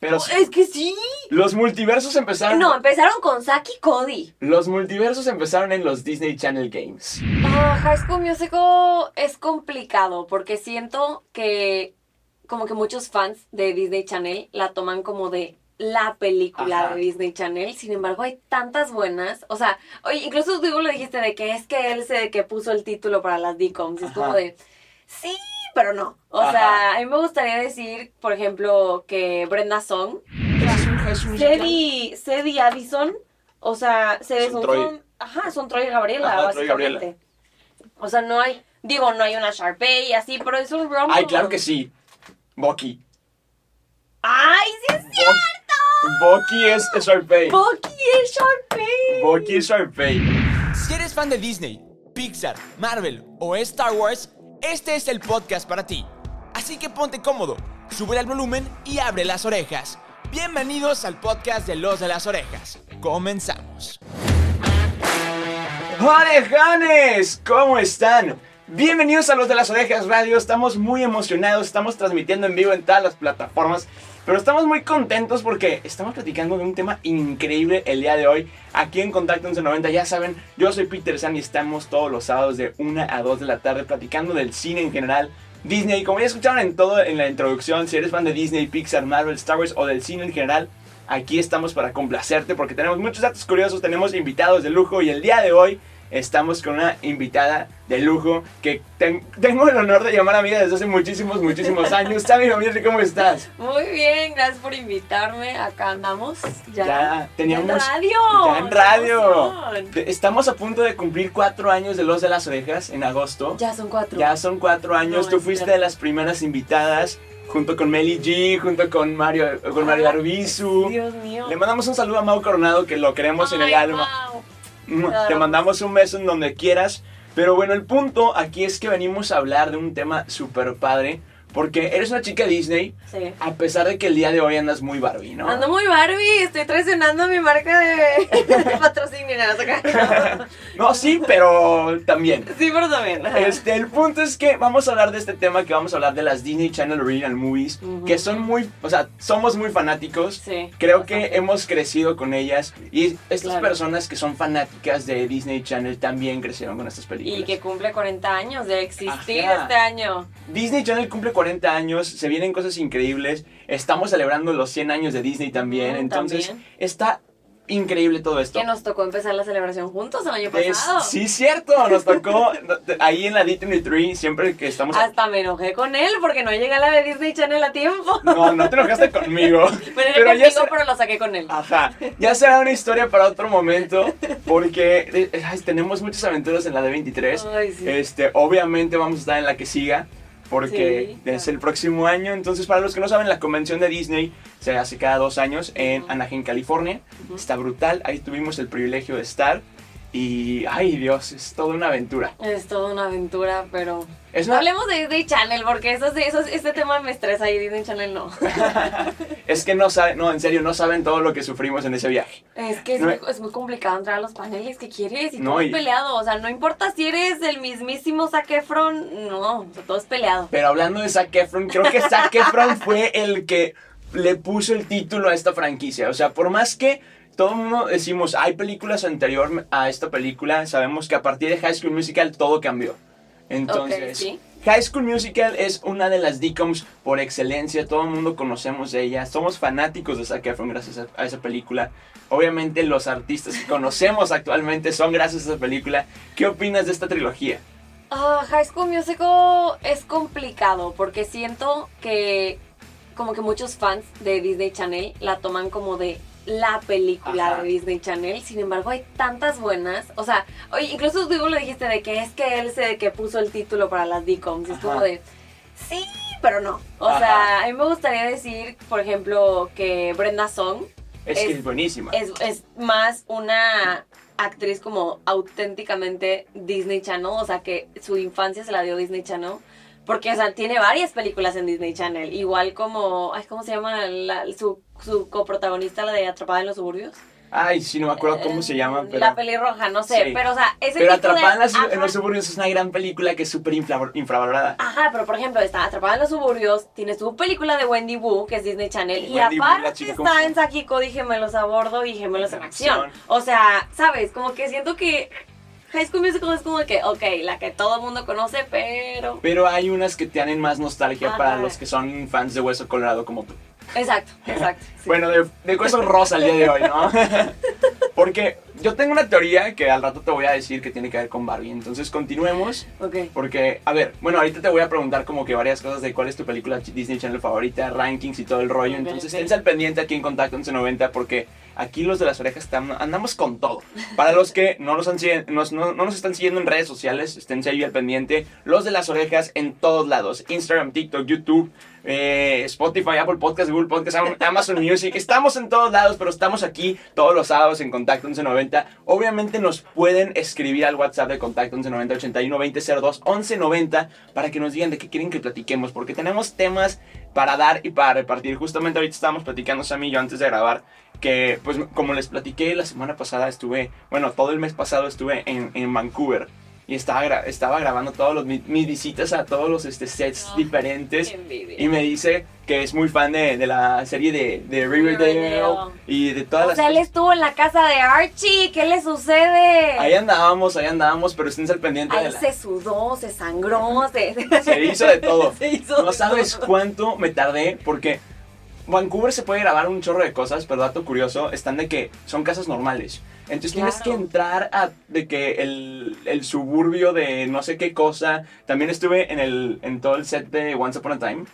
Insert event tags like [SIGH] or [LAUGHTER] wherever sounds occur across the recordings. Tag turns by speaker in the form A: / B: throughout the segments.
A: Pero
B: Oh, es que sí.
A: los multiversos empezaron.
B: No, empezaron con Saki Cody.
A: Los multiversos empezaron en los Disney Channel Games.
B: Ah, High School Musical es complicado porque siento que como que muchos fans de Disney Channel la toman como de la película
A: Ajá.
B: de Disney Channel. Sin embargo, hay tantas buenas. O sea, oye, incluso tú lo dijiste de que es que él se que puso el título para las DCOMs. Y es
A: Ajá.
B: como de sí, pero no. O
A: Ajá.
B: sea, a mí me gustaría decir, por ejemplo, que Brenda Song
A: Es un High School Musical.
B: Cedi, Cedi Addison, o sea, Cedi
A: Son
B: son,
A: Troy.
B: son- ajá, son Troy y Gabriela,
A: Ajá, Troy y
B: básicamente.
A: Gabriela.
B: O sea, no hay, digo, no hay una Sharpay y así, pero es un rom
A: Ay, claro que sí. Bucky.
B: ¡Ay, sí es cierto!
A: Bucky es Sharpay.
B: Bucky es Sharpay.
A: Bucky es Sharpay.
C: Si eres fan de Disney, Pixar, Marvel o Star Wars, este es el podcast para ti. Así que ponte cómodo, sube el volumen y abre las orejas. Bienvenidos al podcast de Los de las Orejas. Comenzamos.
A: ¡Orejones! ¿Cómo están? Bienvenidos a los de las orejas radio. Estamos muy emocionados. Estamos transmitiendo en vivo en todas las plataformas. Pero estamos muy contentos porque estamos platicando de un tema increíble el día de hoy. Aquí en Contacto 1190, ya saben, yo soy Peter San y estamos todos los sábados de 1 a 2 de la tarde platicando del cine en general. Disney, como ya escucharon en todo en la introducción, si eres fan de Disney, Pixar, Marvel, Star Wars o del cine en general, aquí estamos para complacerte porque tenemos muchos datos curiosos, tenemos invitados de lujo y el día de hoy estamos con una invitada de lujo que ten- tengo el honor de llamar amiga desde hace muchísimos, muchísimos
B: [LAUGHS]
A: años. Tami Ramírez, ¿cómo estás?
B: Muy bien, gracias por invitarme. Acá andamos. Ya,
A: Ya teníamos-
B: Ya en radio.
A: Ya en
B: ¡Qué
A: radio.
B: emoción!
A: Te- Estamos a punto de cumplir cuatro años de Los de las Orejas en agosto.
B: Ya son cuatro.
A: Ya son cuatro años.
B: No,
A: Tú
B: es
A: fuiste
B: cierto.
A: de las primeras invitadas junto con Meli G, junto con Mario, con Mario
B: Ah,
A: Arbizu.
B: Dios mío.
A: Le mandamos un saludo a Mau Coronado que lo queremos en el
B: Ay,
A: alma.
B: wow.
A: Mua, Te mandamos un beso en donde quieras. Pero bueno, el punto aquí es que venimos a hablar de un tema súper padre. Porque eres una chica Disney,
B: Sí.
A: a pesar de que el día de hoy andas muy Barbie, ¿no? [LAUGHS]
B: Ando muy Barbie, estoy traicionando mi marca de, [LAUGHS] de patrocinio. nada, saca.
A: no, sí, pero también.
B: [LAUGHS] sí, pero también. ajá.
A: Este, el punto es que vamos a hablar de este tema, que vamos a hablar de las Disney Channel Original Movies,
B: Ujú.
A: que son muy, o sea, somos muy fanáticos.
B: Sí,
A: Creo que
B: bastante.
A: hemos crecido con ellas y estas
B: Claro.
A: personas que son fanáticas de Disney Channel también crecieron con estas películas.
B: Y que cumple 40 años de existir
A: Ajá.
B: este año.
A: Disney Channel cumple 40 años, se vienen cosas increíbles, estamos celebrando los 100 años de Disney también,
B: Mm,
A: entonces
B: también.
A: está increíble todo esto.
B: Que nos tocó empezar la celebración juntos el año
A: Es-
B: pasado.
A: sí, cierto, nos tocó no, te- ahí en la D23, siempre que estamos...
B: Hasta me enojé con él porque no llegué a la de Disney Channel a tiempo. [LAUGHS]
A: No, no te enojaste conmigo.
B: Pero, era
A: Pero ya Ah,
B: contigo,
A: será-
B: pero lo saqué con él.
A: Ajá, ya será una historia para otro momento, porque eh, ay, tenemos muchas aventuras en la D23.
B: Ay, sí.
A: Este, obviamente vamos a estar en la que siga, porque
B: Sí,
A: es
B: claro.
A: el próximo año. Entonces, para los que no saben, la convención de Disney se hace cada dos años en
B: Ujú.
A: Anaheim, California.
B: Ujú.
A: Está brutal, ahí tuvimos el privilegio de estar. Y, ay Dios, es toda una aventura.
B: Es toda una aventura, pero...
A: Es una-
B: Hablemos de Disney Channel porque eso, sí- eso, este tema me estresa y Disney Channel no.
A: es que no saben, no, en serio, no saben todo lo que sufrimos en ese viaje.
B: Es que es,
A: No,
B: muy,
A: eh.
B: es muy complicado entrar a los paneles que quieres y
A: No,
B: todo
A: y-
B: es peleado. O sea, no importa si eres el mismísimo Zac Efron, no, o sea, todo es peleado.
A: Pero hablando de Zac Efron, creo que Zac Efron fue el que le puso el título a esta franquicia. O sea, por más que todo el mundo decimos, hay películas anterior a esta película, sabemos que a partir de High School Musical todo cambió. Entonces,
B: Ok, sí.
A: High School Musical es una de las DCOMs por excelencia, todo el mundo conocemos de ella, somos fanáticos de Zac Efron gracias a, a esa película. Obviamente los artistas que conocemos actualmente son gracias a esa película. ¿Qué opinas de esta trilogía?
B: Ah, High School Musical es complicado porque siento que como que muchos fans de Disney Channel la toman como de la película
A: Ajá.
B: de Disney Channel. Sin embargo, hay tantas buenas. O sea, oye, incluso tú lo dijiste de que es que él se que puso el título para las DCOMs. Es
A: Ajá.
B: como de sí, pero no. O
A: Ajá.
B: sea, a mí me gustaría decir, por ejemplo, que Brenda Song
A: Es, que
B: Es-
A: es buenísima.
B: es, es más una actriz como auténticamente Disney Channel, o sea que su infancia se la dio Disney Channel. Porque, o sea, tiene varias películas en Disney Channel. Igual como, ay, ¿cómo se llama la- su, su coprotagonista, la de Atrapada en los Suburbios? Eh,
A: Ay, sí, no me acuerdo cómo se llama, pero...
B: La pelirroja, no sé.
A: Sí.
B: Pero, o sea, ese
A: Pero
B: tipo de-
A: Atrapada en, las-
B: ajá.
A: en los suburbios es una gran película que es súper infra- infravalorada.
B: Ajá, pero por ejemplo, está Atrapada en los suburbios, tiene su película de Wendy Wu, que es Disney Channel, y
A: Wendy Wu, la
B: aparte
A: chica
B: está
A: con-
B: en Sakiko, de Gemelos a bordo y Gemelos en acción.
A: Acción.
B: O sea, ¿sabes? Como que siento que High School Musical es como que, ok, la que todo el mundo conoce, pero...
A: Pero hay unas que tienen más nostalgia
B: Ajá.
A: para los que son fans de Hueso Colorado como tú.
B: Exacto, exacto. sí.
A: Bueno, de, de Hueso Rosa el día de hoy,
B: [LAUGHS]
A: ¿no? porque yo tengo una teoría que al rato te voy a decir que tiene que ver con Barbie. Entonces continuemos.
B: Ok.
A: Porque, a ver, bueno, ahorita te voy a preguntar como que varias cosas de cuál es tu película ch- Disney Channel favorita, rankings y todo el rollo.
B: Ok,
A: Entonces,
B: ok.
A: tense al pendiente aquí en Contacto 1190 porque aquí los de las orejas tam- andamos con todo. Para los que no nos, han sigui- nos- no, no nos están siguiendo en redes sociales, esténse ahí al pendiente. Los de las orejas en todos lados. Instagram, TikTok, YouTube. eh, Spotify, Apple Podcast, Google Podcast, Am- Amazon Music, estamos en todos lados, pero estamos aquí todos los sábados en Contacto 1190. Obviamente nos pueden escribir al WhatsApp de Contacto 1190 81 20 02 1190 para que nos digan de qué quieren que platiquemos, porque tenemos temas para dar y para repartir. Justamente ahorita estábamos platicando Sam y yo antes de grabar que, pues, como les platiqué la semana pasada, estuve, bueno, todo el mes pasado estuve en, en Vancouver. Y estaba, gra- estaba grabando todos los, mi- mis, visitas a todos los este, sets
B: Ay,
A: diferentes.
B: Ah, Qué envidia.
A: Y me dice que es muy fan de, de la serie de, de Riverdale,
B: Riverdale.
A: y de todas
B: O
A: las...
B: sea, él estuvo en la casa de Archie, ¿qué le sucede?
A: Ahí andábamos, ahí andábamos, pero estén al pendiente de
B: Ahí
A: la...
B: se sudó, se sangró, se...
A: Se hizo de todo.
B: [LAUGHS] Se hizo
A: No
B: de
A: sabes
B: todo.
A: cuánto me tardé porque Vancouver se puede grabar un chorro de cosas, pero dato curioso, están de que son casas normales. Entonces tienes
B: Claro.
A: que entrar a de que el, el suburbio de no sé qué cosa. También estuve en el en todo el set de Once Upon a Time,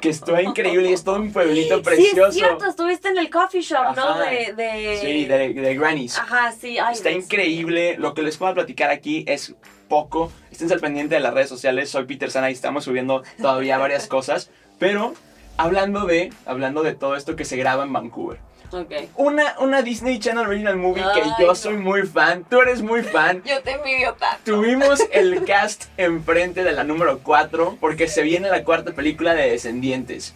A: que estuvo increíble y es todo un pueblito
B: [LAUGHS] Sí,
A: precioso.
B: es cierto, estuviste en el coffee shop, ¿no?
A: Ajá.
B: De, de...
A: Sí, de, de Grannies.
B: Ajá, sí, ay,
A: Está
B: Dios.
A: increíble. Lo que les puedo platicar aquí es poco. Estén al pendiente de las redes sociales. Soy Peter Sana y estamos subiendo
B: [LAUGHS]
A: todavía varias cosas. Pero hablando de, hablando de todo esto que se graba en Vancouver.
B: Ok.
A: Una, una Disney Channel Original Movie que
B: Ay,
A: yo
B: no.
A: soy muy fan. Tú eres muy fan.
B: Yo te envidio tanto.
A: Tuvimos
B: [LAUGHS]
A: el cast enfrente de la número 4 porque se viene la cuarta película de Descendientes.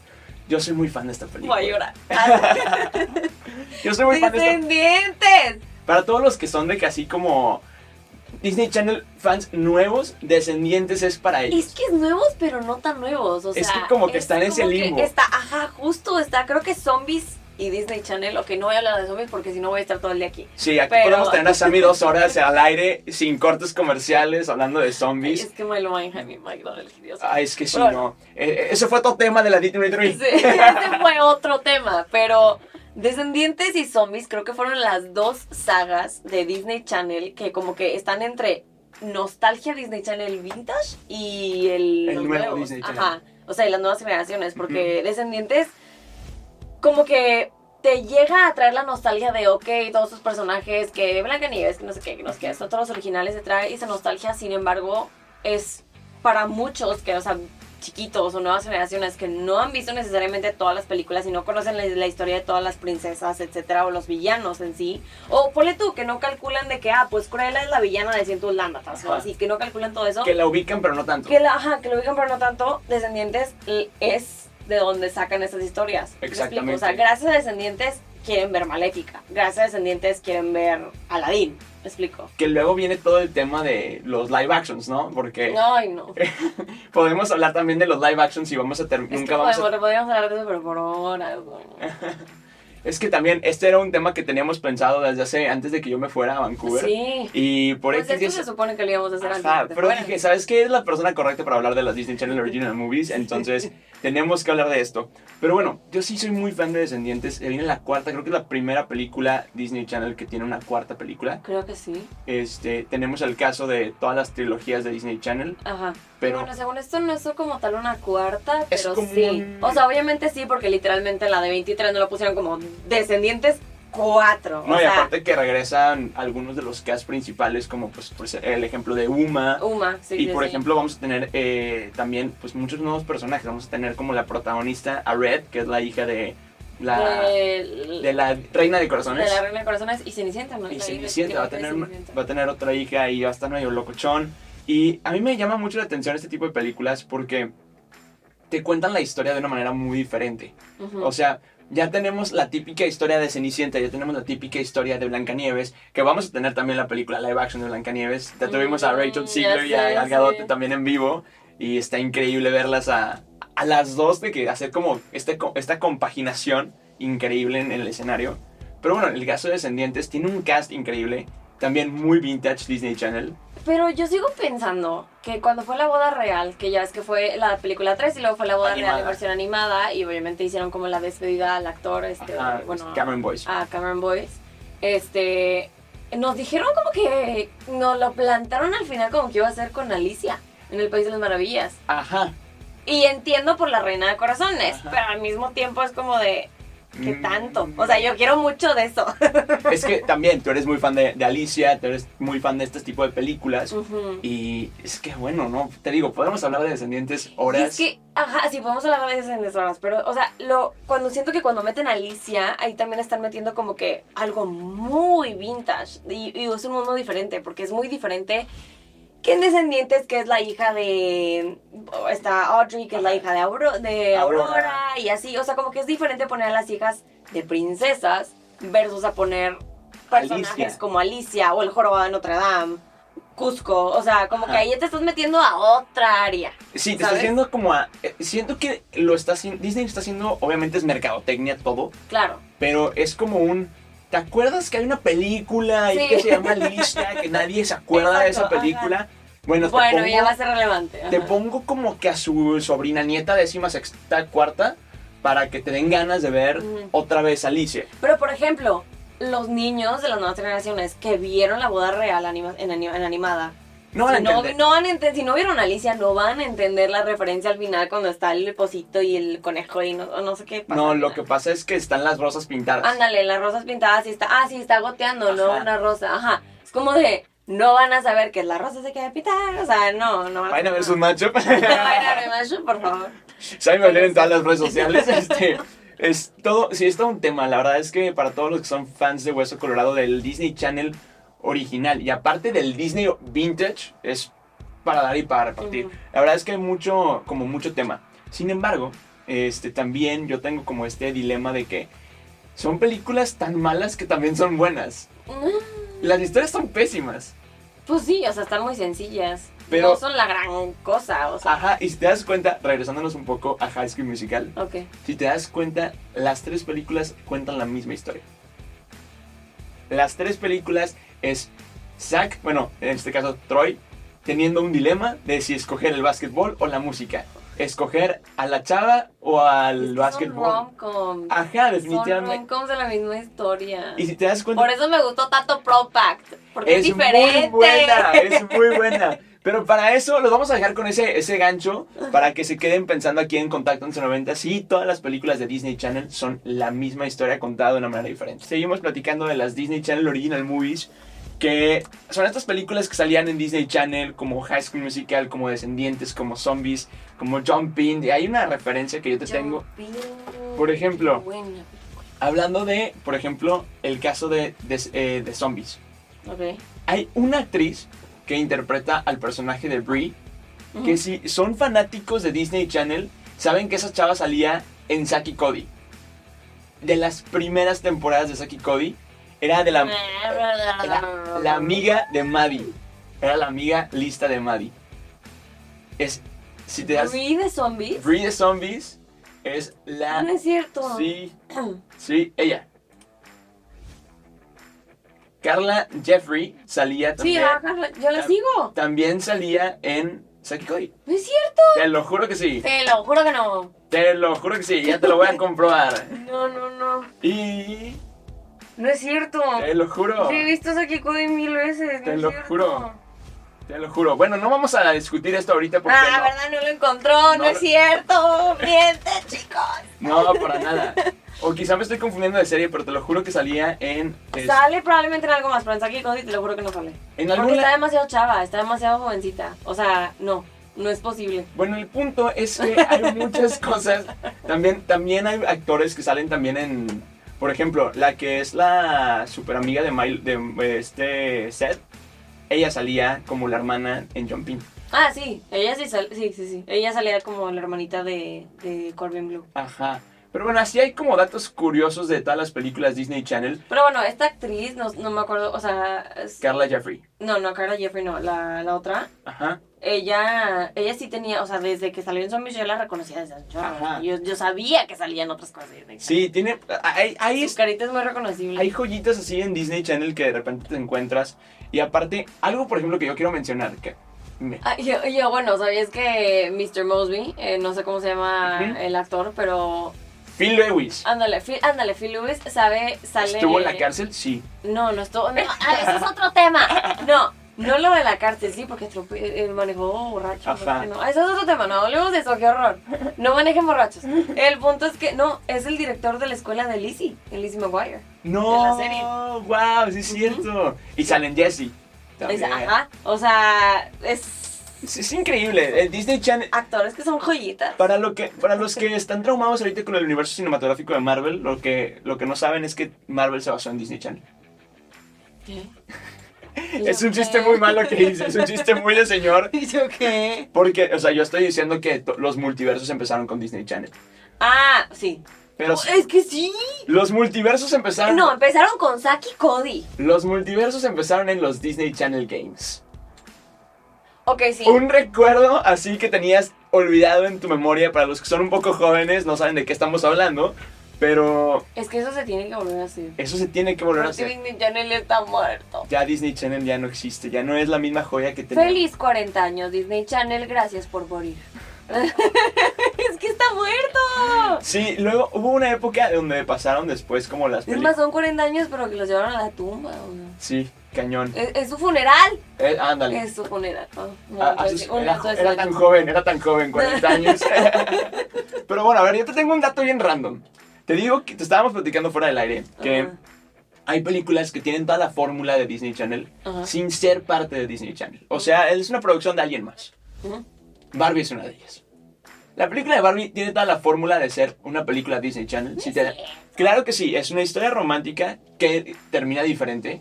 A: Yo soy muy fan de esta película.
B: Voy a llorar. Ah,
A: Yo soy muy fan de esta
B: ¡Descendientes!
A: Para todos los que son de que así como Disney Channel fans nuevos, descendientes es para ellos.
B: Es que es nuevos, pero no tan nuevos. O sea,
A: Es que como que
B: es
A: está en ese
B: como que
A: limbo.
B: Está, ajá, justo está. Creo que zombies y Disney Channel. Ok, no voy a hablar de zombies porque si no voy a estar todo el día aquí.
A: Sí, aquí
B: Pero-
A: podemos tener a Sammy
B: [LAUGHS]
A: dos horas al aire sin cortes comerciales hablando de
B: Ay,
A: zombies.
B: es que me lo Manheim y McDonald's, Dios.
A: Ay, es que sí,
B: Bueno.
A: no. Eh, eh, ese fue otro tema de la Disney
B: Sí, [LAUGHS] ese fue otro tema, pero Descendientes y Zombies creo que fueron las dos sagas de Disney Channel que como que están entre nostalgia Disney Channel vintage y el,
A: El
B: los
A: nuevo
B: nuevos.
A: Disney Channel.
B: Ajá, o sea, y las nuevas generaciones, porque Descendientes como que te llega a traer la nostalgia de, ok, todos sus personajes, que Blancanieves, que no sé qué, que no sé qué, son todos los originales, te trae esa nostalgia, sin embargo, es para muchos que, o sea, chiquitos o nuevas generaciones que no han visto necesariamente todas las películas y no conocen la, la historia de todas las princesas, etcétera, o los villanos en sí. O ponle tú, que no calculan de que, ah, pues Cruella es la villana de 100 Lándatas, o
A: Ajá.
B: así, que no calculan todo eso.
A: Que la ubican, pero no tanto.
B: Que la, ajá, que lo ubican, pero no tanto, Descendientes l- es de donde sacan esas historias. ¿Me explico?
A: Exactamente.
B: O sea, gracias a Descendientes quieren ver Maléfica, gracias a Descendientes quieren ver Aladdin, ¿me explico?
A: Que luego viene todo el tema de los live actions, ¿no? Porque
B: Ay, no.
A: eh, podemos hablar también de los live actions y vamos a terminar.
B: Es que
A: Nunca vamos a Eh,
B: podemos, podríamos hablar de eso, pero por horas. güey.
A: Es que también este era un tema que teníamos pensado desde hace antes de que yo me fuera a Vancouver.
B: Sí.
A: Y por
B: Pues
A: X
B: esto
A: días-
B: se supone que lo íbamos a hacer antes.
A: Ajá,
B: de que te
A: pero
B: fueras.
A: dije, ¿sabes qué? Es la persona correcta para hablar de las Disney Channel Original Movies,
B: [LAUGHS]
A: entonces tenemos que hablar de esto. Pero bueno, yo sí soy muy fan de Descendientes. Se viene la cuarta, creo que es la primera película Disney Channel que tiene una cuarta película.
B: Creo que sí.
A: Este, tenemos el caso de todas las trilogías de Disney Channel,
B: Ajá.
A: pero
B: bueno, según esto no es como tal una cuarta,
A: Es
B: pero
A: como
B: sí.
A: un-
B: O sea, obviamente sí, porque literalmente en la de 23 no lo pusieron como descendientes cuatro.
A: no,
B: o
A: y
B: sea,
A: aparte que regresan algunos de los cast principales, como pues, pues, el ejemplo de Uma.
B: Uma, Oh, sí.
A: Y
B: sí,
A: por
B: sí.
A: ejemplo vamos a tener eh, también pues muchos nuevos personajes. Vamos a tener como la protagonista a Red, que es la hija de la,
B: de,
A: de la reina de
B: de
A: corazones.
B: la reina de corazones y Cenicienta, ¿no?
A: y
B: La
A: Cenicienta va a
B: hija de
A: tener
B: Cenicienta.
A: va a tener otra hija y va a estar medio locochón. Y a mí me llama mucho la atención este tipo de películas porque te cuentan la historia de una manera muy diferente.
B: Ujú.
A: O sea, ya tenemos la típica historia de Cenicienta, ya tenemos la típica historia de Blancanieves, que vamos a tener también la película live action de Blancanieves. Ya tuvimos a
B: Mm,
A: Rachel
B: ya
A: Ziegler y
B: sé,
A: a
B: ya
A: Gal Gadot
B: sé.
A: también en vivo, y está increíble verlas a, a las dos, de que hacer como este, co- esta compaginación increíble en el escenario. Pero bueno, el caso de Descendientes tiene un cast increíble, también muy vintage Disney Channel.
B: Pero yo sigo pensando que cuando fue la boda real, que ya es que fue la película 3 y luego fue la boda real
A: Animada.
B: en versión animada y obviamente hicieron como la despedida al actor, este,
A: Ajá,
B: bueno, ah,
A: Cameron Boyce.
B: a Cameron Boyce, este, nos dijeron como que nos lo plantaron al final como que iba a ser con Alicia en el País de las Maravillas.
A: Ajá.
B: Y entiendo por la Reina de Corazones,
A: Ajá.
B: pero al mismo tiempo es como de, ¿qué
A: Mm.
B: tanto? O sea, yo quiero mucho de eso.
A: Es que también tú eres muy fan de, de Alicia, tú eres muy fan de este tipo de películas.
B: Ujú.
A: Y es que bueno, no, te digo, podemos hablar de Descendientes
B: Y
A: horas.
B: es que, ajá, sí, podemos hablar a veces en las horas, pero, o sea, lo, cuando siento que cuando meten a Alicia, ahí también están metiendo como que algo muy vintage. Y, y es un mundo diferente, porque es muy diferente que en Descendientes, que es la hija de. Está Audrey, que es la hija de, Auro- de Aurora.
A: Aurora.
B: y así. O sea, como que es diferente poner a las hijas de princesas versus a poner personajes
A: Alicia.
B: como Alicia o el jorobado de Notre Dame. Cusco, o sea, como que
A: Ajá.
B: ahí te estás metiendo a otra área.
A: Sí, te
B: ¿sabes?
A: está haciendo como a... eh, Siento que lo está haciendo... Disney está haciendo, obviamente es mercadotecnia todo,
B: Claro.
A: pero es como un... ¿Te acuerdas que hay una película
B: Sí.
A: y que se llama Alicia, que nadie se acuerda de esa
B: Exacto, ajá.
A: película? Bueno, te
B: Bueno,
A: pongo-
B: ya va a ser relevante.
A: Te
B: ajá.
A: pongo como que a su sobrina nieta décima sexta cuarta para que te den ganas de ver
B: Ujú.
A: otra vez Alicia.
B: Pero por ejemplo, los niños de las nuevas generaciones que vieron la boda real anima- en, ani- en animada,
A: No van a
B: si, no,
A: entender.
B: no van a enten- si no vieron a Alicia, no van a entender la referencia al final cuando está el pocito y el conejo y no, o no sé qué pasa.
A: No,
B: al
A: lo que
B: final.
A: pasa es que están las rosas pintadas.
B: Ándale, las rosas pintadas y está, ah, sí, está goteando, ¿no?
A: Ajá.
B: Una rosa, ajá. Es como de, no van a saber que la rosa se queda pintar, o sea, no, no van a
A: Vayan a ver su
B: saber.
A: matchup.
B: [LAUGHS] Vayan a ver Smash, por favor.
A: [LAUGHS] Saben valer en todas las redes
B: [LAUGHS]
A: sociales. Este, es todo, sí, es todo un tema. La verdad es que para todos los que son fans de Hueso Colorado del Disney Channel original y aparte del Disney Vintage, es para dar y para repartir.
B: Ujú.
A: La verdad es que hay mucho, como mucho tema. Sin embargo, este, también yo tengo como este dilema de que son películas tan malas que también son buenas. Las historias son pésimas.
B: Pues sí, o sea, están muy sencillas.
A: Pero-
B: no son la gran cosa, o sea.
A: Ajá, y si te das cuenta, regresándonos un poco a High School Musical,
B: Ok.
A: Si te das cuenta, las tres películas cuentan la misma historia. Las tres películas es Zack, bueno, en este caso Troy, teniendo un dilema de si escoger el básquetbol o la música. Escoger a la chava o al
B: Es que Son
A: básquetbol.
B: rom-coms.
A: Ajá,
B: Son
A: definitivamente.
B: rom-coms de la misma historia.
A: Y si te das cuenta,
B: Por eso me gustó tanto Pro Pact. Porque es,
A: es
B: diferente.
A: muy buena, es muy buena. Pero para eso los vamos a dejar con ese, ese gancho para que se queden pensando aquí en Contacto 1190. Sí, todas las películas de Disney Channel son la misma historia contada de una manera diferente. Seguimos platicando de las Disney Channel Original Movies, que son estas películas que salían en Disney Channel como High School Musical, como Descendientes, como Zombies, como Jumping. Hay una referencia que yo te tengo.
B: Jumping.
A: Por ejemplo,
B: Qué buena.
A: Hablando de, por ejemplo, el caso de, de- eh, de Zombies.
B: Ok.
A: Hay una actriz que interpreta al personaje de Brie,
B: Ujú.
A: que si son fanáticos de Disney Channel, saben que esa chava salía en Saki Cody. De las primeras temporadas de Saki Cody, era de la, era la amiga de Maddie. Era la amiga lista de Maddie. Es, si te das...
B: ¿Brie de zombies?
A: Brie de Zombies es la...
B: No es cierto.
A: Sí, sí, ella. Carla Jeffrey salía
B: Sí,
A: también.
B: ajá, yo la
A: Tam-
B: sigo.
A: También salía en Saki Cody.
B: No es cierto.
A: Te lo juro que sí.
B: Te lo juro que no.
A: Te lo juro que sí. Ya te lo voy a comprobar.
B: No, no, no.
A: Y
B: No es cierto.
A: te lo juro.
B: Sí, he visto esa Kikudi mil veces. no
A: Te
B: es
A: lo
B: cierto.
A: juro. Te lo juro. Bueno, no vamos a discutir esto ahorita porque
B: Ah, verdad, no lo encontró, no,
A: No
B: es
A: lo-
B: cierto.
A: [LAUGHS]
B: Miente, chicos.
A: no, no, para nada. O quizá me estoy confundiendo de serie, pero te lo juro que salía en es-
B: Sale probablemente en algo más, pero en Saki Cody te lo juro que no sale.
A: en
B: Porque está
A: alguna.
B: demasiado chava, está demasiado jovencita. O sea, no, no es posible.
A: Bueno, el punto es que hay muchas cosas. También también hay actores que salen también en por ejemplo, la que es la super amiga de, Mil- de este Seth, ella salía como la hermana en Jumping.
B: Ah, sí, ella sí, sal- sí, sí, sí. Ella salía como la hermanita de, de Corbin Blue.
A: Ajá. Pero bueno, así hay como datos curiosos de todas las películas Disney Channel.
B: Pero bueno, esta actriz, no, no me acuerdo, o sea... es-
A: Carla Jeffrey.
B: No, no, Carla Jeffrey, no, la, la otra.
A: Ajá.
B: Ella, ella sí tenía, o sea, desde que salió en Zombies yo la reconocía desde ancho.
A: Ajá.
B: Yo, yo sabía que salían otras cosas. de Disney
A: Sí, tiene. Hay, hay,
B: Channel. Su carita es muy reconocible.
A: hay joyitas así en Disney Channel que de repente te encuentras. Y aparte, algo por ejemplo que yo quiero mencionar. Que me-
B: Ah, yo, yo, bueno, sabías que Mr. Mosby, eh, no sé cómo se llama
A: Ujú.
B: el actor, pero
A: Phil Lewis.
B: ándale, Phil, ándale, Phil Lewis, sabe, Ah, sale...
A: ¿Estuvo en la cárcel? Sí.
B: No, no estuvo... No, ah, ese es otro tema. No, no lo de la cárcel, sí, porque trope- eh, manejó borracho.
A: Ajá.
B: porque No, eso es otro tema, no hablemos de eso, qué horror. No manejen borrachos. El punto es que, no, es el director de la escuela de Lizzie, el Lizzie McGuire.
A: No.
B: En la serie.
A: Wow, sí es cierto. Y salen Jesse.
B: Es-
A: también.
B: ajá, o sea, es
A: Es, es increíble. El Disney Channel.
B: actores que son joyitas.
A: Para, lo que, para los que están traumados ahorita con el universo cinematográfico de Marvel, lo que, lo que no saben es que Marvel se basó en Disney Channel.
B: ¿Qué? [LAUGHS]
A: Es un chiste muy malo que hice, es un chiste muy de señor.
B: ¿Y yo qué?
A: Porque, o sea, yo estoy diciendo que to- los multiversos empezaron con Disney Channel.
B: Ah, sí.
A: Pero Ah.
B: Oh, es que sí.
A: los multiversos empezaron.
B: No, empezaron con Saki y Cody.
A: Los multiversos empezaron en los Disney Channel Games.
B: Ok, sí.
A: Un recuerdo así que tenías olvidado en tu memoria. Para los que son un poco jóvenes, no saben de qué estamos hablando. Pero
B: Es que eso se tiene que volver a hacer.
A: eso se tiene que volver a
B: Porque
A: hacer.
B: Disney Channel está muerto.
A: Ya Disney Channel ya no existe, ya no es la misma joya que tenía.
B: Feliz 40 años, Disney Channel. Gracias por morir. [LAUGHS] es que está muerto.
A: Sí, luego hubo una época donde pasaron después como las
B: Es
A: películas.
B: más, son 40 años, pero que los llevaron a la tumba. o sea.
A: Sí, cañón.
B: Es, es su funeral.
A: Eh, ándale.
B: Es su funeral. Ah, no,
A: Ah,
B: entonces,
A: así-
B: un
A: era,
B: lazo de
A: era
B: sueño.
A: tan joven, era tan joven,
B: [LAUGHS]
A: 40 años. [LAUGHS] Pero bueno, a ver, yo te tengo un dato bien random. Te digo que te estábamos platicando fuera del aire que
B: Ajá.
A: hay películas que tienen toda la fórmula de Disney Channel
B: Ajá.
A: sin ser parte de Disney Channel. O sea, es una producción de alguien más.
B: Ujú.
A: Barbie es una de ellas. La película de Barbie tiene toda la fórmula de ser una película Disney Channel. Si te- Claro que sí, es una historia romántica que termina diferente.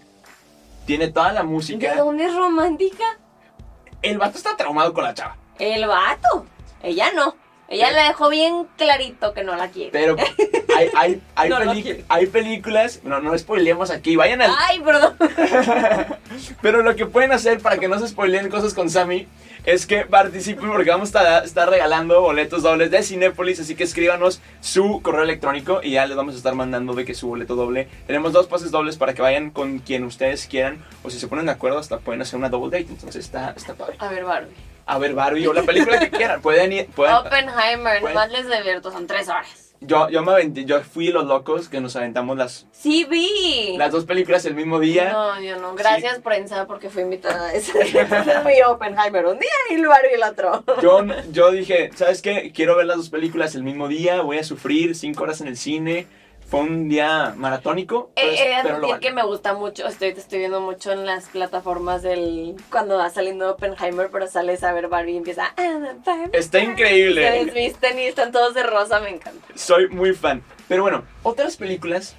A: Tiene toda la
B: ¿De
A: música.
B: dónde es romántica?
A: El vato está traumado con la chava.
B: El vato. Ella no.
A: Eh.
B: Ella le dejó bien clarito que no la quiere.
A: Pero hay, hay, hay,
B: [LAUGHS] No Ah. lo
A: pelic-
B: quiero.
A: hay películas. No, no spoilemos aquí. Vayan al.
B: Ay, perdón.
A: Pero lo que pueden hacer para que no se spoileen cosas con Sammy es que participen porque vamos a estar- estar regalando boletos dobles de Cinépolis. Así que escríbanos su correo electrónico y ya les vamos a estar mandando de que su boleto doble. Tenemos dos pases dobles para que vayan con quien ustedes quieran. O si se ponen de acuerdo, hasta pueden hacer una double date. Entonces está, está padre.
B: A ver, Barbie.
A: A ver, Barbie o la película que quieran. Pueden ir. Pueden,
B: Oppenheimer,
A: Bueno.
B: nomás les divierto, son tres horas.
A: yo, yo me aventé, yo fui los locos que nos aventamos las,
B: Sí, vi.
A: las dos películas el mismo día.
B: No, yo no. Gracias, prensa, porque fui invitada
A: [LAUGHS]
B: a ese. Entonces vi Oppenheimer un día y el Barbie el otro.
A: Yo, yo dije, ¿sabes qué? Quiero ver las dos películas el mismo día, voy a sufrir cinco horas en el cine. Fue un día maratónico.
B: Eh,
A: pero es-
B: he de
A: pero lo
B: admitir
A: vale.
B: que me gusta mucho, estoy, te estoy viendo mucho en las plataformas del... Cuando va saliendo Oppenheimer, pero sales a ver Barbie y empieza... "I'm a Barbie".
A: Está
B: Se
A: increíble.
B: desvisten y están todos de rosa, me encanta.
A: Soy muy fan. Pero bueno, otras películas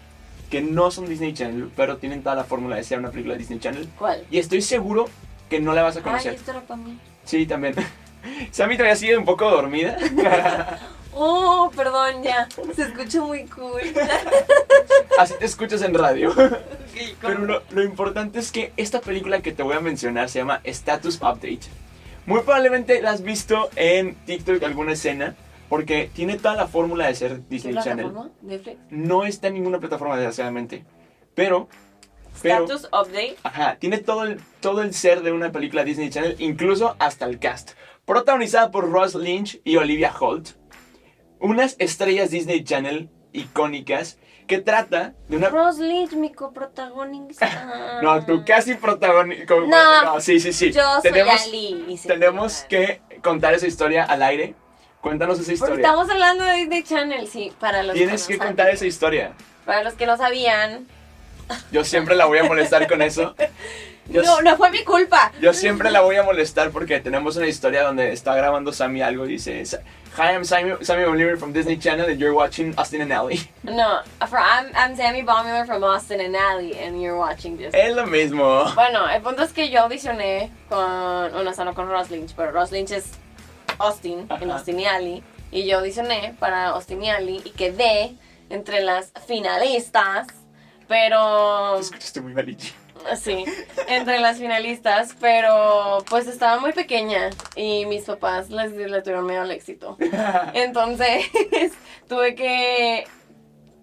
A: que no son Disney Channel, pero tienen toda la fórmula de ser una película de Disney Channel.
B: ¿Cuál?
A: Y estoy seguro que no la vas a
B: Ay,
A: conocer.
B: esto era para mí.
A: Sí, también. [LAUGHS] Sammy todavía sigue un poco dormida. [LAUGHS]
B: Oh, perdón, ya. Se escucha muy
A: [LAUGHS]
B: cool.
A: Así te escuchas en radio.
B: Ok, ¿cómo?
A: Pero lo, lo importante es que esta película que te voy a mencionar se llama Status Update. Muy probablemente la has visto en TikTok alguna escena, porque tiene toda la fórmula de ser
B: ¿Qué
A: Disney Channel.
B: plataforma? ¿Netflix?
A: No está en ninguna plataforma, desgraciadamente. Pero, pero,
B: Status update.
A: ajá, tiene todo el, todo el ser de una película Disney Channel, incluso hasta el cast. Protagonizada por Ross Lynch y Olivia Holt. Unas estrellas Disney Channel icónicas que trata de una
B: Ross Lynch, mi coprotagonista.
A: [LAUGHS] No, tú casi protagonista.
B: Ah. No.
A: sí, sí, sí.
B: Yo
A: tenemos,
B: soy Ali. y se
A: tenemos
B: llama.
A: que contar esa historia al aire. Cuéntanos esa
B: Porque
A: historia.
B: estamos hablando de Disney Channel, sí, para los
A: Tienes
B: que,
A: que
B: no
A: contar
B: saben.
A: esa historia.
B: Para los que no sabían.
A: Yo siempre la voy a molestar con eso. Yo,
B: no, no fue mi culpa.
A: yo siempre la voy a molestar porque tenemos una historia donde está grabando Sammy algo y dice: Hi, I'm Sammy, Sammy O'Leary from Disney Channel and you're watching Austin and Ally.
B: No, for- I'm, I'm Sammy Baumiller from Austin and Alley, and you're watching this.
A: [LAUGHS] Es lo mismo.
B: Bueno, el punto es que yo audicioné con, bueno, o sea, no con Ross Lynch, pero Ross Lynch es Austin, en
A: Ajá.
B: Austin y Ali. Y yo audicioné para Austin y Ali y quedé entre las finalistas, pero...
A: Te [LAUGHS] escuchaste muy mal, Ichi.
B: Sí, entre las finalistas, pero pues estaba muy pequeña y mis papás les, le tuvieron miedo al éxito. Entonces [LAUGHS] tuve que,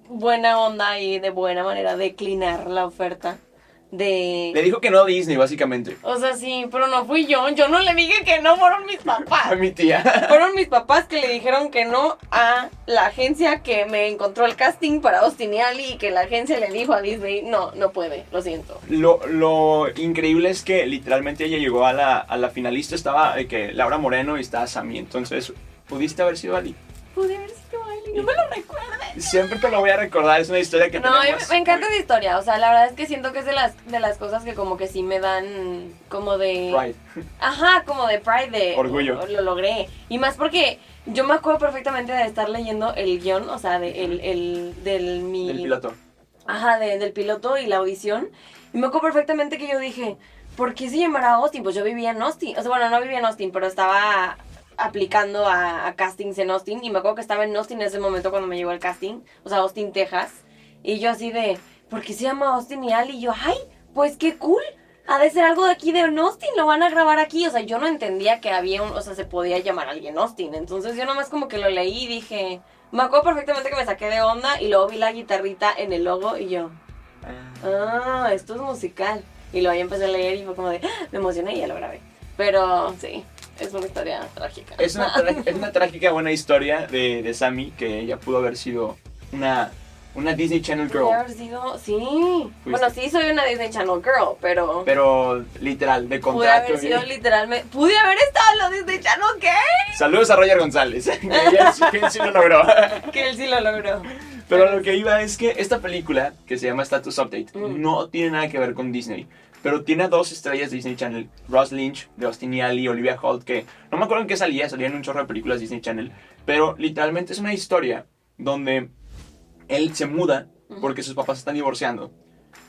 B: buena onda y de buena manera, declinar la oferta
A: [LAUGHS] Le
B: de...
A: dijo que no a Disney, básicamente.
B: O sea, sí, pero no fui yo, yo no le dije que no, fueron mis papás.
A: A mi tía.
B: Fueron mis papás que le dijeron que no a la agencia que me encontró el casting para Austin y Ali y que la agencia le dijo a Disney, no, no puede, lo siento.
A: Lo, lo increíble es que literalmente ella llegó a la, a la finalista, estaba de que Laura Moreno y estaba Sammy, entonces pudiste haber sido Ali.
B: Pude haber sido Ali, no me lo recuerdes.
A: Siempre te lo voy a recordar, es una historia que
B: No, a mí
A: tenemos.
B: me, me encanta esa historia, o sea, la verdad es que siento que es de las, de las cosas que como que sí me dan como de...
A: Right.
B: Ajá, como de pride, de
A: Orgullo.
B: o- Lo, logré. Y más porque yo me acuerdo perfectamente de estar leyendo el guión, o sea, de el, el, del mi...
A: El piloto.
B: Ajá, de- del piloto y la audición. Y me acuerdo perfectamente que yo dije, ¿por qué se llamará Austin? Pues yo vivía en Austin. O sea, bueno, no vivía en Austin, pero estaba aplicando a, a castings en Austin. Y me acuerdo que estaba en Austin en ese momento cuando me llegó el casting. O sea, Austin, Texas. Y yo así de, ¿por qué se llama Austin y Ali? Y yo, ¡ay! Pues qué cool. Ha de ser algo de aquí de Austin, lo van a grabar aquí. O sea, yo no entendía que había un, o sea, se podía llamar a alguien Austin. Entonces yo nomás como que lo leí y dije, me acuerdo perfectamente que me saqué de onda y luego vi la guitarrita en el logo y yo, ah, esto es musical. Y luego ya empecé a leer y fue como de, ¡ah! me emocioné y ya lo grabé. Pero sí, es una historia trágica.
A: Es una, tra- es una trágica buena historia de, de Sammy que ella pudo haber sido una, una Disney Channel
B: Podría
A: Girl.
B: haber sido, sí.
A: Fuiste.
B: Bueno, sí soy una Disney Channel girl, pero,
A: Pero literal, de
B: pude
A: contrato.
B: haber sido
A: y-
B: literalmente, pude haber estado en los Disney Channel ¿qué?
A: Saludos a Roger González. [LAUGHS] Ella sí- que él sí lo logró.
B: Que él sí lo logró.
A: Pero lo que iba es que esta película, que se llama Status Update,
B: Mm.
A: no tiene nada que ver con Disney. Pero tiene a dos estrellas de Disney Channel, Ross Lynch, de Austin y Ali, Olivia Holt, que no me acuerdo en qué salía, salía en un chorro de películas Disney Channel. Pero literalmente es una historia donde él se muda porque sus papás están divorciando.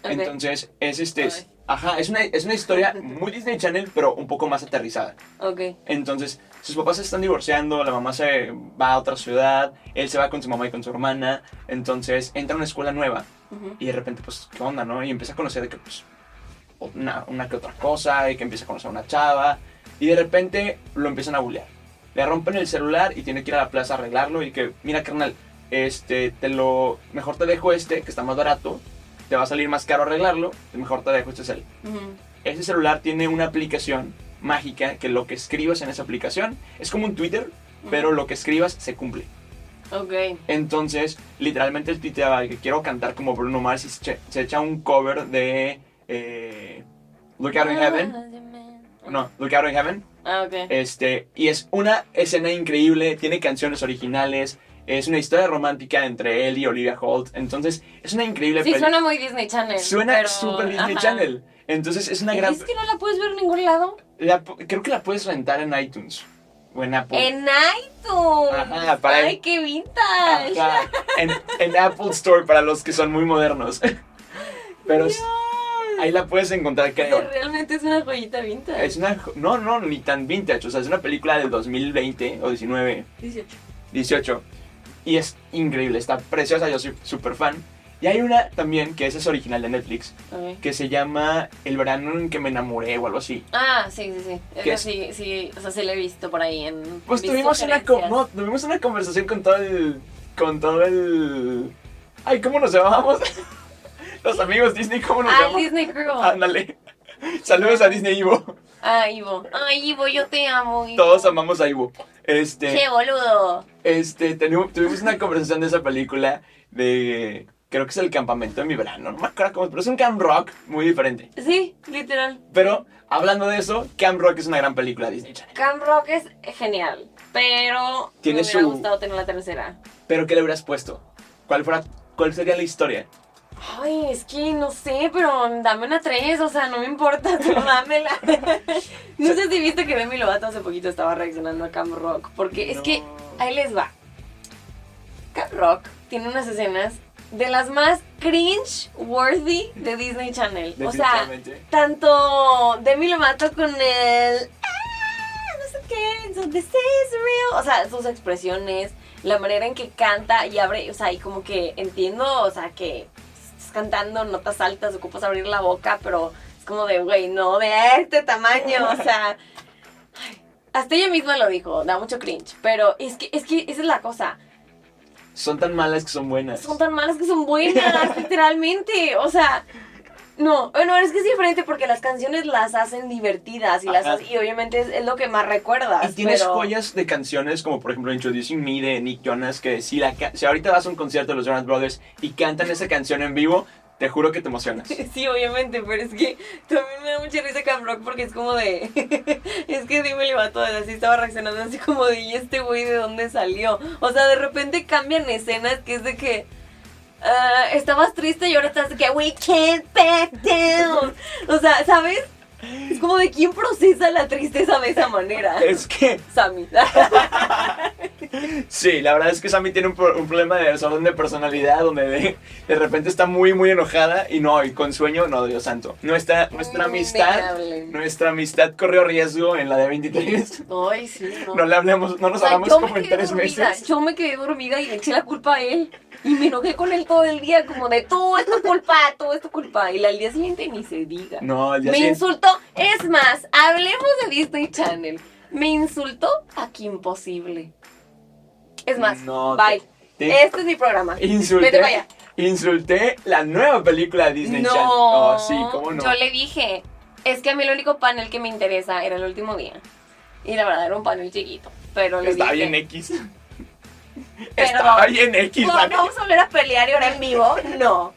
B: Ok.
A: Entonces es este, es-
B: Ay.
A: ajá, es una, es una
B: [LAUGHS]
A: historia muy Disney Channel, pero un poco más aterrizada.
B: Ok.
A: Entonces, sus papás se están divorciando, la mamá se va a otra ciudad, él se va con su mamá y con su hermana, entonces entra a una escuela nueva
B: Ujú.
A: y de repente, pues, ¿qué onda, no? Y empieza a conocer de que, pues, una, una que otra cosa, y que empieza a conocer a una chava, y de repente lo empiezan a bullear. Le rompen el celular y tiene que ir a la plaza a arreglarlo y que, mira, carnal, este, te lo, mejor te dejo este, que está más barato, te va a salir más caro arreglarlo, mejor te dejo este cel
B: Ujú.
A: ese celular tiene una aplicación mágica que lo que escribas en esa aplicación es como un Twitter, pero lo que escribas se cumple.
B: Ok.
A: Entonces, literalmente el tuiteaba que quiero cantar como Bruno Mars y se echa, se echa un cover de eh, Look Out in Heaven. No, Look Out in Heaven.
B: Ah, ok.
A: Este, y es una escena increíble, tiene canciones originales, es una historia romántica entre él y Olivia Holt. Entonces, es una increíble
B: Sí,
A: peli-
B: suena muy Disney Channel.
A: Suena
B: pero-
A: super Disney
B: ajá.
A: Channel. Entonces, es una
B: ¿Y
A: gran
B: ¿Es que no la puedes ver en ningún lado?
A: La pu- creo que la puedes rentar en iTunes o en Apple.
B: En iTunes.
A: Pues. Ajá, para
B: Ay,
A: el-
B: qué vintage.
A: Ajá, en, en Apple Store para los que son muy modernos. Pero s-
B: Dios.
A: ahí la puedes encontrar, creo.
B: Realmente es una joyita vintage.
A: Es una, jo- no, no, ni tan vintage. O sea, es una película del 2020 o 19,
B: 18.
A: 18. Y es increíble, está preciosa, yo soy súper fan. Y hay una también, que esa es original de Netflix,
B: Ok.
A: que se llama El verano en que me enamoré o algo así.
B: Ah, sí, sí, sí.
A: ¿Qué
B: Esa
A: es?
B: sí, sí, o sea, sí la he visto por ahí en.
A: Pues
B: mis
A: tuvimos una, co-
B: sugerencias.
A: no, tuvimos una conversación con todo el. con todo el. Ay, ¿cómo nos llamamos? [LAUGHS] Los amigos Disney, ¿cómo nos
B: Ah,
A: llamamos?
B: Disney Girl.
A: Ándale. [LAUGHS] Saludos a Disney Ivo.
B: Ah, Ivo. Ay, Ivo, yo te amo. Ivo.
A: Todos amamos a Ivo. Este,
B: Qué boludo.
A: este, tenu- tuvimos una conversación de esa película de. Creo que es el campamento de mi verano, no me acuerdo cómo, pero es un camp rock muy diferente.
B: Sí, literal.
A: Pero hablando de eso, Camp Rock es una gran película Disney Channel.
B: Camp Rock es genial, pero
A: Tiene
B: me hubiera
A: su-
B: gustado tener la tercera.
A: Pero ¿qué le hubieras puesto? ¿Cuál fuera, cuál sería la historia?
B: Ay, es que no sé, pero dame una tres, o sea, no me importa, [LAUGHS] tú dámela. no sé si viste que Demi Lovato hace poquito estaba reaccionando a Camp Rock, porque es que
A: No.
B: ahí les va. Camp Rock tiene unas escenas de las más cringe worthy de Disney Channel. O sea,
A: Definitivamente.
B: tanto Demi Lovato con el ah, no sé qué, so this is real. O sea, sus expresiones, la manera en que canta y abre, o sea, y como que entiendo, o sea, que estás cantando notas altas, ocupas abrir la boca, pero es como de, güey, no de este tamaño, o sea. ay, hasta ella misma lo dijo, da mucho cringe, pero es que, es que esa es la cosa.
A: Son tan malas que son buenas.
B: Son tan malas que son
A: [LAUGHS]
B: buenas, literalmente. O sea, no, bueno, es que es diferente porque las canciones las hacen divertidas y las
A: Ajá.
B: hacen- y obviamente es, es lo que más recuerdas.
A: Y tienes
B: pero-
A: joyas de canciones como por ejemplo Introducing Me de Nick Jonas que si, la ca- si ahorita vas a un concierto de los Jonas Brothers y cantan esa canción en vivo, te juro que te
B: [LAUGHS]
A: emocionas.
B: Sí, obviamente, pero es que también me da mucha risa Camp Rock porque es como de. [LAUGHS] es que dime el vato, así estaba reaccionando así como de, ¿y este güey de dónde salió? O sea, de repente cambian escenas que es de que. ah, estabas triste y ahora estás de que we can't back down. O sea, ¿sabes? Es como de quién procesa la tristeza de esa manera.
A: Es que,
B: Sammy. [LAUGHS]
A: sí, la verdad es que Sammy tiene un, pro- un problema de desorden de personalidad donde de, de repente está muy, muy enojada y no, y con sueño, no, Dios santo. Nuestra, nuestra amistad,
B: Innegable.
A: nuestra amistad corrió riesgo en la de 23.
B: Ay, sí, no.
A: No le hablamos, no nos
B: O sea,
A: hablamos
B: yo
A: como
B: me
A: en
B: quedé
A: tres
B: dormida,
A: meses.
B: Yo me quedé dormida y le eché la culpa a él. Y me enojé con él todo el día, como de todo es tu culpa, todo es tu culpa. Y al día siguiente ni se diga.
A: No, al día
B: me
A: siguiente-
B: insultó. Es más, hablemos de Disney Channel. Me insultó a que imposible. Es más,
A: No, te-
B: bye.
A: te-
B: Este es mi programa. Vete para
A: Insulté,
B: allá.
A: insulté la nueva película de Disney
B: no,
A: Channel. Oh, sí, cómo no.
B: Yo le dije, es que a mí el único panel que me interesa era el último día. Y la verdad era un panel chiquito. Pero le
A: Está
B: dije,
A: bien X. Está bien X.
B: No,
A: la
B: no vamos a volver a pelear y ahora en vivo. No.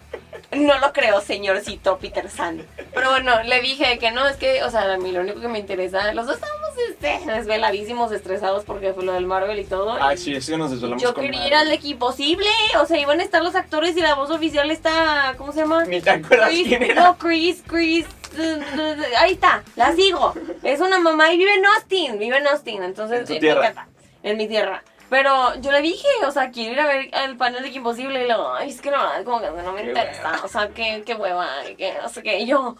B: No lo creo, señorcito Peter San. Pero bueno, le dije que no, es que, o sea, a mí lo único que me interesa, los dos estábamos este, desveladísimos, estresados porque fue lo del Marvel y todo.
A: Ah,
B: y
A: sí, eso nos desvelamos
B: Yo
A: con
B: quería ir
A: madre.
B: al de que imposible, o sea, iban a estar los actores y la voz oficial está, ¿cómo se llama?
A: Ni te acuerdas
B: Chris-
A: quién era.
B: No, Chris, Chris. eh, eh, eh, Ahí está, la sigo. Es una mamá y vive en Austin, vive en Austin, entonces
A: En tu
B: eh, me
A: tierra.
B: encanta, en mi tierra. Pero yo le dije, o sea, quiero ir a ver el panel de que imposible y luego, ay, es que no, como que no me
A: Qué
B: interesa,
A: hueva.
B: o sea, qué, qué hueva, que, o sea, que y yo,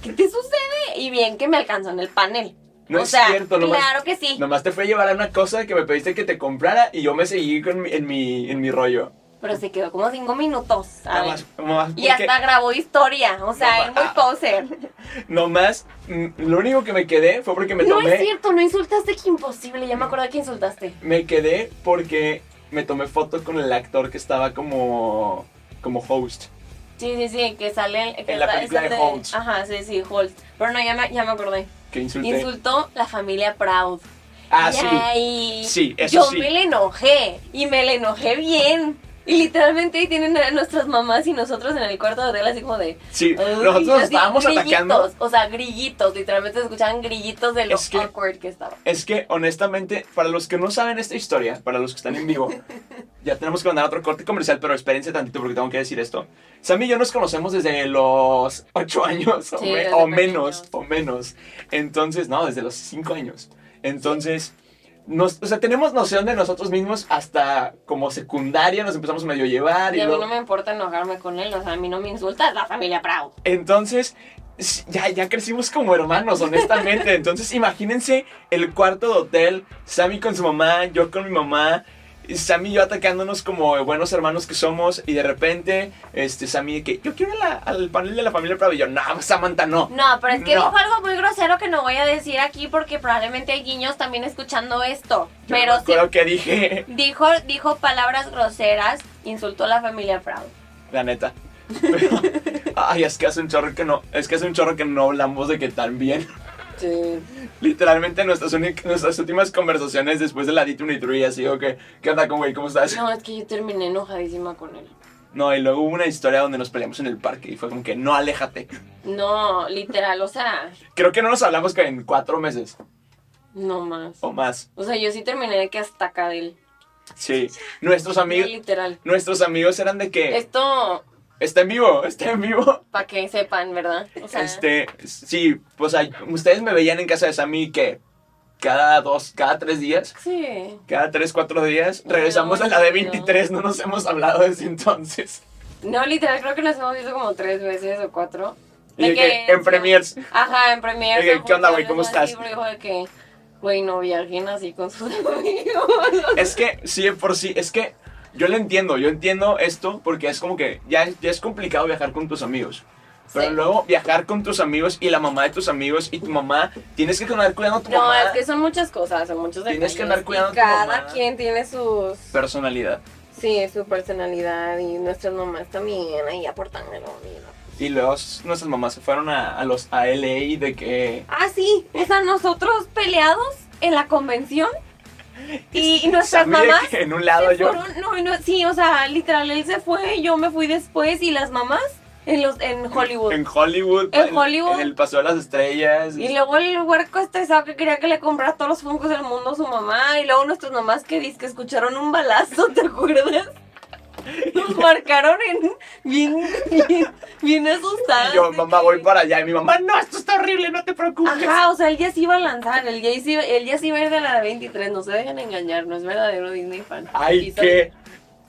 B: ¿qué te sucede? Y bien que me alcanzó en el panel.
A: No
B: o
A: es
B: sea,
A: cierto, nomás-
B: claro que sí.
A: Nomás te fue a llevar a una cosa que me pediste que te comprara y yo me seguí con mi- en, mi, en mi rollo.
B: Pero se quedó como cinco minutos,
A: Nada
B: ¿sabes?
A: más, nomás
B: Y
A: porque-
B: hasta grabó historia, o sea,
A: No
B: es muy
A: ma-
B: poser.
A: nomás, mm, lo único que me quedé fue porque me
B: No
A: tomé.
B: es cierto, no insultaste que imposible, ya me acuerdo que insultaste.
A: Me quedé porque me tomé foto con el actor que estaba como. como host.
B: Sí, sí, sí, que sale el, que
A: En la
B: sa-
A: película de
B: sale-
A: Holt.
B: Ajá, sí, sí, Holt. Pero no, ya me, ya me acordé.
A: Que insulté.
B: Insultó la familia Proud.
A: ah,
B: Y
A: sí.
B: ahí
A: Sí, eso
B: yo
A: sí.
B: me le enojé y me le enojé bien. Y literalmente ahí tienen a nuestras mamás y nosotros en el cuarto de hotel así como de...
A: Sí,
B: "Ay",
A: nosotros
B: así,
A: estábamos
B: grillitos,
A: atacando.
B: O sea, grillitos, literalmente se escuchaban grillitos de lo
A: Es que-
B: awkward que estaba.
A: Es que, honestamente, para los que no saben esta historia, para los que están en
B: [LAUGHS]
A: vivo, ya tenemos que mandar otro corte comercial, pero espérense tantito porque tengo que decir esto. Sam y yo nos conocemos desde los 8 años, o,
B: Sí,
A: me-
B: desde
A: o
B: pequeños.
A: menos, o menos. Entonces, no, desde los 5 años. Entonces, nos, o sea, tenemos noción de nosotros mismos hasta como secundaria, nos empezamos a medio llevar.
B: Y a mí
A: luego-
B: no me importa enojarme con él, o sea, a mí no me insulta la familia Proud.
A: Entonces, s- ya, ya crecimos como hermanos,
B: [LAUGHS]
A: honestamente. Entonces, imagínense el cuarto de hotel, Sammy con su mamá, yo con mi mamá, y Sammy y yo atacándonos como buenos hermanos que somos, y de repente, este, Sammy de que yo quiero ir a la- al panel de la familia Prado, y yo, no, Samantha, no.
B: No, pero es que
A: No.
B: dijo algo muy grosero que no voy a decir aquí porque probablemente hay guiños también escuchando esto.
A: Yo
B: pero
A: no
B: sí,
A: creo que dije, [LAUGHS]
B: dijo, dijo palabras groseras, insultó a la familia Proud.
A: la neta. Pero,
B: [LAUGHS]
A: ay, es que hace un chorro que no, es que hace un chorro que no hablamos de que tan bien. [LAUGHS]
B: Sí.
A: Literalmente nuestras, únic- nuestras últimas conversaciones después de la d y True, así, o que, ¿qué onda con güey? ¿Cómo estás?
B: No, es que yo terminé enojadísima con él.
A: No, y luego hubo una historia donde nos peleamos en el parque y fue como que no, aléjate.
B: No, literal, o sea,
A: Creo que no nos hablamos que en cuatro meses
B: no más.
A: o más.
B: O sea, yo sí terminé de que hasta acá de él.
A: Sí. Nuestros amigos,
B: Literal.
A: nuestros amigos eran de que
B: Esto,
A: está en vivo, está en vivo.
B: para que sepan, ¿verdad? O sea,
A: Este, sí, o sea, ustedes me veían en casa de Sammy que cada dos, cada tres días,
B: sí.
A: cada tres, cuatro días, regresamos a la de 23, no nos hemos hablado desde entonces.
B: No, literal, creo que nos hemos visto como tres veces o cuatro.
A: Y de que en premiers.
B: Ajá, en premiers.
A: De que,
B: en
A: ¿qué onda, güey?
B: funciones,
A: ¿Cómo
B: así,
A: estás?
B: pero dijo de que, Güey, no viajen así con sus [LAUGHS] amigos.
A: Es que, sí, de por sí, es que yo lo entiendo, yo entiendo esto porque es como que ya, es- ya es complicado viajar con tus amigos. Pero
B: Sí.
A: luego viajar con tus amigos y la mamá de tus amigos y tu mamá, tienes que andar cuidando a tu
B: No,
A: mamá
B: es que son muchas cosas, son muchos detalles.
A: Tienes que andar cuidando a
B: y
A: tu
B: Cada
A: mamá.
B: quien tiene sus.
A: personalidad.
B: Sí, su personalidad y nuestras mamás también ahí aportándolo. ¿no?
A: Y luego nuestras mamás se fueron a, a los a LA de que
B: Ah, sí, o sea, nosotros peleados en la convención y, y nuestras
A: sabía
B: mamás.
A: que en un lado
B: se
A: yo
B: fueron- no, no, sí, o sea, literal, él se fue, yo me fui después y las mamás en los en Hollywood.
A: en Hollywood,
B: En Hollywood.
A: en el Paseo de las Estrellas.
B: y luego el huerco estresado que quería que le comprara todos los funcos del mundo a su mamá. Y luego nuestras mamás que dizque escucharon un balazo, [LAUGHS] ¿te acuerdas? Nos marcaron en bien, bien, bien asustadas.
A: Y yo,
B: de
A: mamá,
B: que-
A: voy para allá. Y mi mamá, no, esto está horrible, no te preocupes.
B: Ajá, o sea, él ya se iba a lanzar, él ya, se iba, él ya se iba a ir de la 23, no se dejen engañar, no es verdadero Disney fan.
A: Ay,
B: Aquí soy-
A: que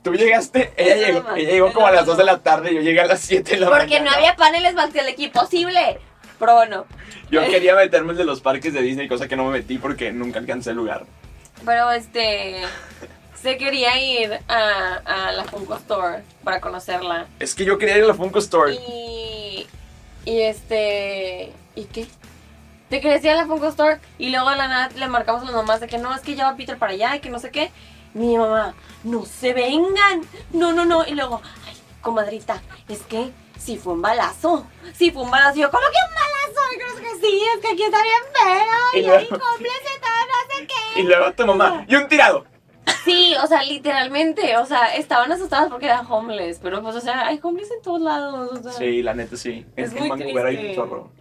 A: tú llegaste,
B: Es
A: ella
B: la
A: llegó,
B: mamá,
A: ella llegó
B: es
A: como
B: la
A: a las 2 de
B: mamá.
A: la tarde y yo llegué a las 7 de la
B: Porque
A: mañana.
B: no había paneles equipo posible. Pero bueno,
A: Yo quería meterme en el de los parques de Disney, cosa que no me metí porque nunca alcancé el lugar.
B: pero este. Se quería ir a, a la Funko Store para conocerla.
A: Es que yo quería ir a la Funko Store.
B: Y. Y este. ¿Y qué? Te querías ir a la Funko Store y luego a la nada le marcamos a las mamás de que no, es que ya va Peter para allá y que no sé qué. Mi mamá, no se vengan. No, no, no. Y luego, ay, comadrita, es que si fue un balazo. Si fue un balazo. Y yo, ¿cómo que un balazo? Y que no sé qué, sí, es que aquí está bien feo.
A: Y
B: Y ahí
A: luego-
B: cómplice todo, no sé qué.
A: Y luego tu mamá, y un tirado.
B: Sí, o sea, literalmente, o sea, estaban asustadas porque eran homeless, pero pues, o sea, hay homeless en todos lados, o sea.
A: Sí, la neta sí.
B: Es
A: en
B: muy
A: Vancouver hay un
B: triste.
A: chorro.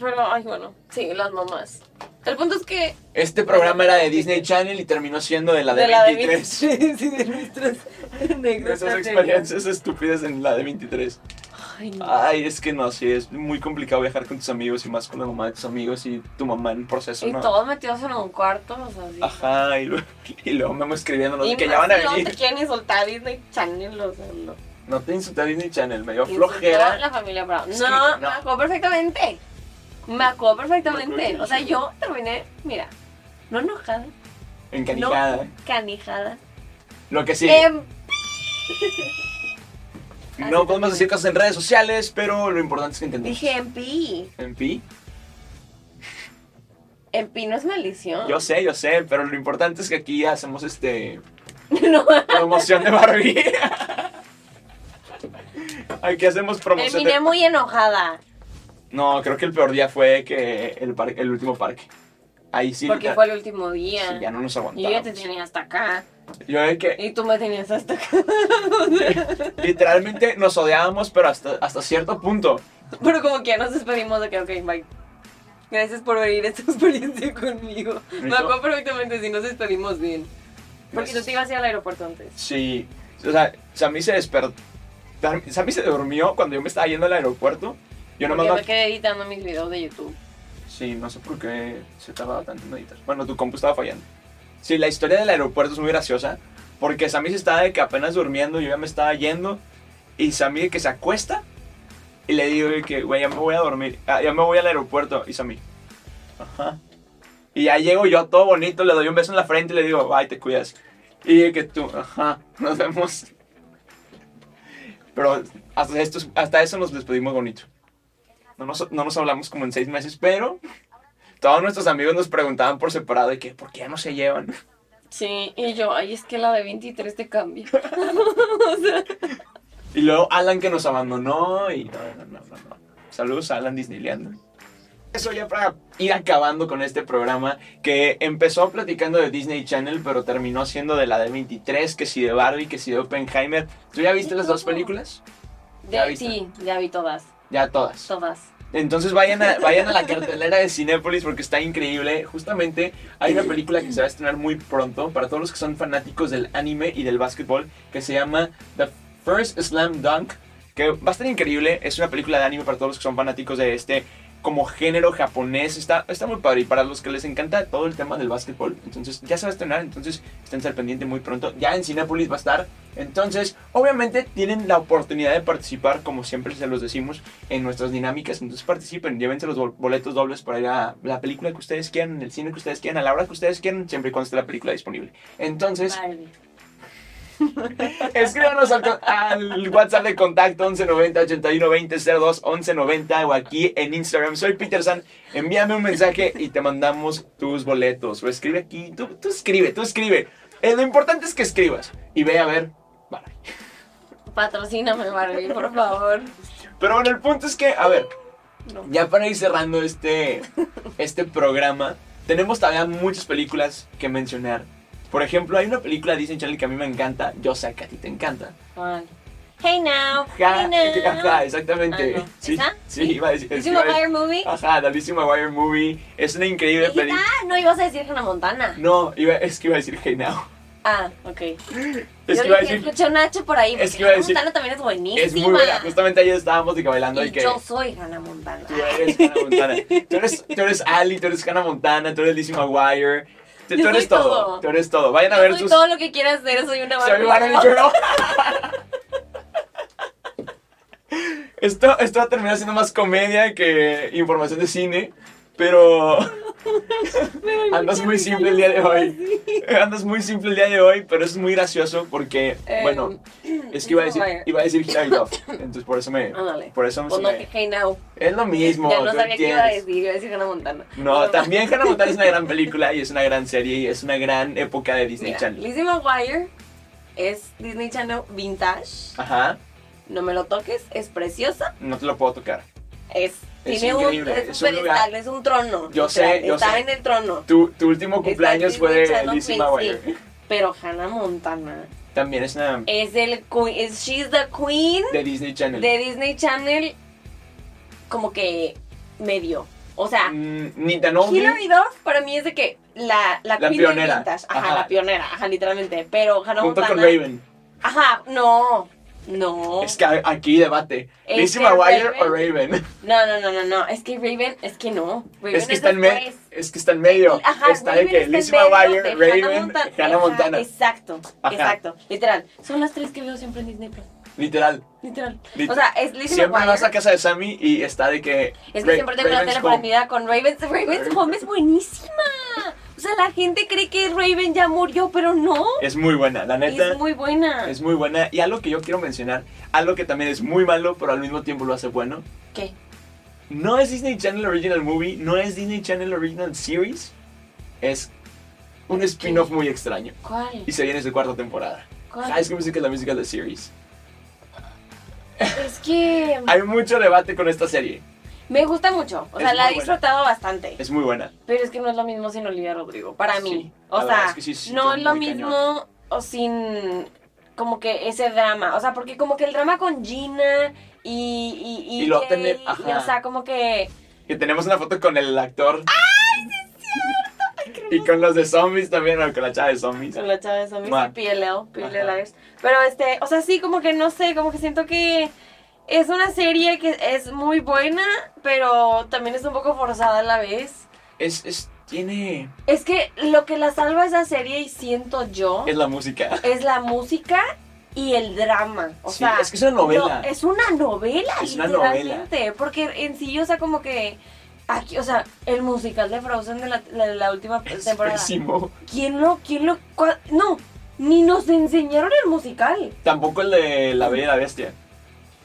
B: Pero, ay, bueno, sí, las mamás. El punto es que...
A: Este programa era de Disney Channel y terminó siendo de la de, 23.
B: [LAUGHS] sí, de nuestras
A: [LAUGHS] De
B: anécdotas.
A: esas experiencias Ah, estúpidas en la de 23.
B: Ay, no.
A: Ay, es que no, sí, es muy complicado viajar con tus amigos y más con la mamá de tus amigos y tu mamá en proceso,
B: y
A: ¿no?
B: todos metidos en un cuarto, o sea, sí.
A: Ajá, y luego, [LAUGHS] y luego me escribiendo
B: Y
A: que
B: más
A: ya van a
B: si luego te
A: venir.
B: quieren insultar Disney Channel, o sea, no.
A: No te insulté a Disney Channel, me dio
B: Insultó a
A: flojera.
B: la familia Brown.
A: Sí,
B: No, me
A: no.
B: acuerdo perfectamente. Me acuerdo perfectamente.
A: No,
B: O sea, yo terminé, mira, no enojada,
A: Encanijada. ¿eh?
B: canijada.
A: Lo que sí,
B: Em, así
A: no podemos
B: también.
A: decir cosas en redes sociales, pero lo importante es que entendemos.
B: dije en pi.
A: En pi,
B: En pi no es maldición. [LAUGHS]
A: yo sé, yo sé, pero lo importante es que aquí hacemos este
B: No,
A: promoción de Barbie. [LAUGHS] aquí hacemos promoción
B: terminé
A: de...
B: muy enojada.
A: No, creo que el peor día fue que el, par- el último parque. Ahí sí,
B: Porque
A: ya,
B: fue el último día.
A: sí, ya no nos
B: y yo ya te
A: aguantamos.
B: tenía hasta acá.
A: Yo de
B: [LAUGHS]
A: que
B: Y tú me tenías hasta acá. [LAUGHS]
A: literalmente nos odiábamos, pero hasta, hasta cierto punto.
B: Pero como que ya nos despedimos de que, ok, bye. Gracias por venir esta [LAUGHS] experiencia conmigo. Me
A: Eso-
B: acuerdo perfectamente si nos despedimos bien. Porque tú te ibas a ir al aeropuerto antes.
A: Sí, o sea, Sammy se despertó. Sammy se durmió cuando yo me estaba yendo al aeropuerto. Yo nomás
B: Porque
A: no.
B: me quedé editando mis videos de YouTube.
A: Sí, no sé por qué se tardaba tanto en editar. Bueno, tu compu estaba fallando. Sí, la historia del aeropuerto es muy graciosa. Porque Sammy se estaba de que apenas durmiendo, yo ya me estaba yendo. Y Sammy de que se acuesta. Y le digo de que, güey, ya me voy a dormir. ah, ya me voy al aeropuerto. Y Sammy, ajá. Y ya llego yo todo bonito, le doy un beso en la frente y le digo, ay, te cuidas. Y de que tú, ajá, nos vemos. Pero hasta, esto, hasta eso nos despedimos bonito. No nos, no nos hablamos como en seis meses, pero todos nuestros amigos nos preguntaban por separado de que, ¿por qué ya no se llevan?
B: Sí, y yo, ay, es que la de 23 te cambia.
A: Y luego Alan que nos abandonó y no, no, no, no. no. Saludos a Alan Disneyland. Eso ya para ir acabando con este programa que empezó platicando de Disney Channel, pero terminó siendo de la de 23, que si de Barbie, que si de Oppenheimer. ¿Tú ya viste las dos películas? [LAUGHS] ¿Ya
B: De,
A: viste?
B: sí, ya vi todas,
A: Ya todas.
B: todas.
A: Entonces vayan a, vayan a la cartelera de Cinépolis porque está increíble. Justamente hay una película que se va a estrenar muy pronto para todos los que son fanáticos del anime y del básquetbol que se llama The First Slam Dunk, que va a estar increíble. Es una película de anime para todos los que son fanáticos de este como género japonés. Está, está muy padre. Y para los que les encanta todo el tema del básquetbol, entonces ya se va a estrenar. Entonces estén al pendiente muy pronto. Ya en Cinépolis va a estar. Entonces, obviamente tienen la oportunidad de participar, como siempre se los decimos, en nuestras dinámicas. Entonces participen, llévense los bol- boletos dobles para ir a la película que ustedes quieran, en el cine que ustedes quieran, a la hora que ustedes quieran, siempre y cuando esté la película disponible. Entonces,
B: Vale.
A: Escríbanos al, con- al WhatsApp de contacto 1190 81 20 02 1190 o aquí en Instagram. Soy Peter San. Envíame un mensaje y te mandamos tus boletos. O escribe aquí. Tú, tú escribe, tú escribe. Eh, lo importante es que escribas y ve a ver. Barbie.
B: Patrocíname, Barbie,
A: [LAUGHS]
B: por favor.
A: Pero bueno, el punto es que, a ver,
B: No.
A: ya para ir cerrando este, este programa, tenemos todavía muchas películas que mencionar. Por ejemplo, hay una película de Disney Channel que a mí me encanta. Yo sé que a ti te encanta.
B: Ay. Hey now.
A: Ja- [LAUGHS]
B: hey now.
A: ajá, exactamente.
B: Ah, no.
A: Sí,
B: ¿Esa?
A: sí, iba a decir.
B: ¿Es
A: sí,
B: un
A: iba a decir-
B: vampire movie?
A: Ajá, la Lizzie McGuire Movie. Es una increíble
B: Dijiste,
A: película.
B: ah, no ibas a decir Hannah Montana.
A: No, iba, es que iba a decir Hey Now.
B: Ah, ok.
A: Es
B: Yo
A: que iba a
B: dije,
A: decir.
B: escuché un H por ahí.
A: Es
B: Es
A: que
B: que
A: iba a
B: Hannah
A: decir-
B: Montana también es buenísima.
A: Es muy buena. Justamente ayer estábamos de que bailando y
B: Y
A: que.
B: yo soy Hannah Montana.
A: Tú eres Hannah
B: [LAUGHS]
A: Montana. Tú eres, tú eres Ali, tú eres Hannah Montana, tú eres Lizzie McGuire. Tú,
B: Yo
A: tú eres
B: soy
A: todo.
B: todo.
A: Tú eres todo. Vayan a
B: Yo
A: ver
B: soy
A: tus.
B: todo lo que quieras ser, soy una
A: Soy
B: Barbie.
A: Barbie
B: [LAUGHS]
A: Girl. Esto, esto va a terminar siendo más comedia que información de cine, pero [LAUGHS] andas muy simple el día de hoy. Andas muy simple el día de hoy, pero es muy gracioso porque,
B: Eh,
A: bueno, es que iba a
B: [LAUGHS]
A: decir,
B: Maguire.
A: iba a decir Hilary Duff, entonces por eso me,
B: [LAUGHS] Ándale.
A: por eso
B: Pues
A: se
B: no,
A: me-
B: que hey now.
A: es lo mismo.
B: ya no
A: tú
B: sabía qué iba a
A: entiendes.
B: decir, iba a decir Hannah Montana.
A: No, también Hannah Montana es una gran película y es una gran serie y es una gran época de Disney
B: Mira,
A: Channel.
B: Lizzie McGuire es Disney Channel vintage.
A: Ajá,
B: No me lo toques, es preciosa.
A: no te lo puedo tocar.
B: Es,
A: Es
B: tiene un,
A: increíble,
B: es
A: es
B: un
A: un lugar.
B: pedestal, es un trono.
A: Yo sé,
B: literal,
A: yo
B: está
A: sé.
B: en el trono.
A: Tu, tu último cumpleaños
B: Disney
A: fue de
B: Channel,
A: Lizzie
B: sí,
A: McGuire.
B: sí. Pero Hannah Montana
A: También es una
B: es el queen, es she's the queen
A: de Disney Channel.
B: de Disney Channel como que medio. O sea,
A: Mm, ni tan obvio.
B: Hilary Duff para mí es de que la,
A: La
B: la, queen
A: pionera.
B: de vintage. Ajá,
A: Ajá.
B: la pionera, ajá, literalmente. Pero Hannah
A: junto con
B: Montana.
A: Raven.
B: Ajá, no. No.
A: Es que a- aquí debate.
B: Es
A: Lizzie
B: que
A: McGuire
B: Raven-
A: o Raven.
B: No, no, no, no, no. Es que Raven, es que no.
A: [LAUGHS]
B: Raven
A: Es que está en medio.
B: después.
A: Es que está en medio.
B: Ajá,
A: está
B: Raven
A: de que
B: está en
A: Lizzie
B: medio
A: McGuire,
B: de
A: Raven,
B: Monta-
A: Hannah
B: Ajá,
A: Montana.
B: Exacto,
A: Ajá.
B: exacto. Literal. Son las tres que veo siempre en Disney Plus.
A: Literal.
B: Literal.
A: Lit-
B: O sea, es Lizzie
A: Siempre
B: McGuire.
A: vas a casa de Sammy y está de que.
B: ¿eh? Es que
A: Ra-
B: siempre tengo la
A: Raven's
B: tele
A: Home.
B: prendida con Raven's. Raven's Home es buenísima. O sea, la gente cree que Raven ya murió, pero no.
A: Es muy buena, la
B: Y
A: neta.
B: es muy buena.
A: Es muy buena. Y algo que yo quiero mencionar, algo que también es muy malo, pero al mismo tiempo lo hace bueno.
B: ¿Qué?
A: No es Disney Channel Original Movie, no es Disney Channel Original Series. Es un spin-off muy extraño.
B: ¿Cuál?
A: Y se viene su cuarta temporada.
B: ¿Cuál?
A: High School Musical, la musical de series.
B: Es que
A: Hay mucho debate con esta serie.
B: me gusta mucho. O sea,
A: Es
B: la
A: muy
B: he disfrutado bastante.
A: Es muy buena.
B: Pero es que no es lo mismo sin Olivia Rodrigo, para mí.
A: Sí,
B: o
A: la verdad
B: sea,
A: es que sí, sí,
B: no
A: está
B: es lo
A: muy
B: mismo
A: cañón.
B: o sin como que ese drama. O sea, porque como que el drama con Gina y... Y,
A: Y luego
B: Jay,
A: tener-
B: y,
A: ajá.
B: o sea, como que...
A: Que tenemos una foto con el actor. Y con los de zombies también, o con la chava de zombies.
B: Con la chava de zombies
A: Ma.
B: y PLL, PLL
A: Ajá.
B: es. Pero este, o sea, sí, como que no sé, como que siento que... Es una serie que es muy buena, pero también es un poco forzada a la vez.
A: Es, es, tiene,
B: Es que lo que la salva esa serie, y siento yo...
A: es la música.
B: es la música y el drama.
A: [LAUGHS]
B: O
A: Sí,
B: sea,
A: es que es una novela.
B: no, es una novela,
A: Es una
B: literalmente. Porque en sí, o sea, como que. Aquí, o sea, el musical de Frozen de la, la- la última
A: Es
B: temporada.
A: pésimo.
B: ¿Quién lo.? ¿Quién lo.? cua- No, ni nos enseñaron el musical.
A: Tampoco el de La Bella y la Bestia.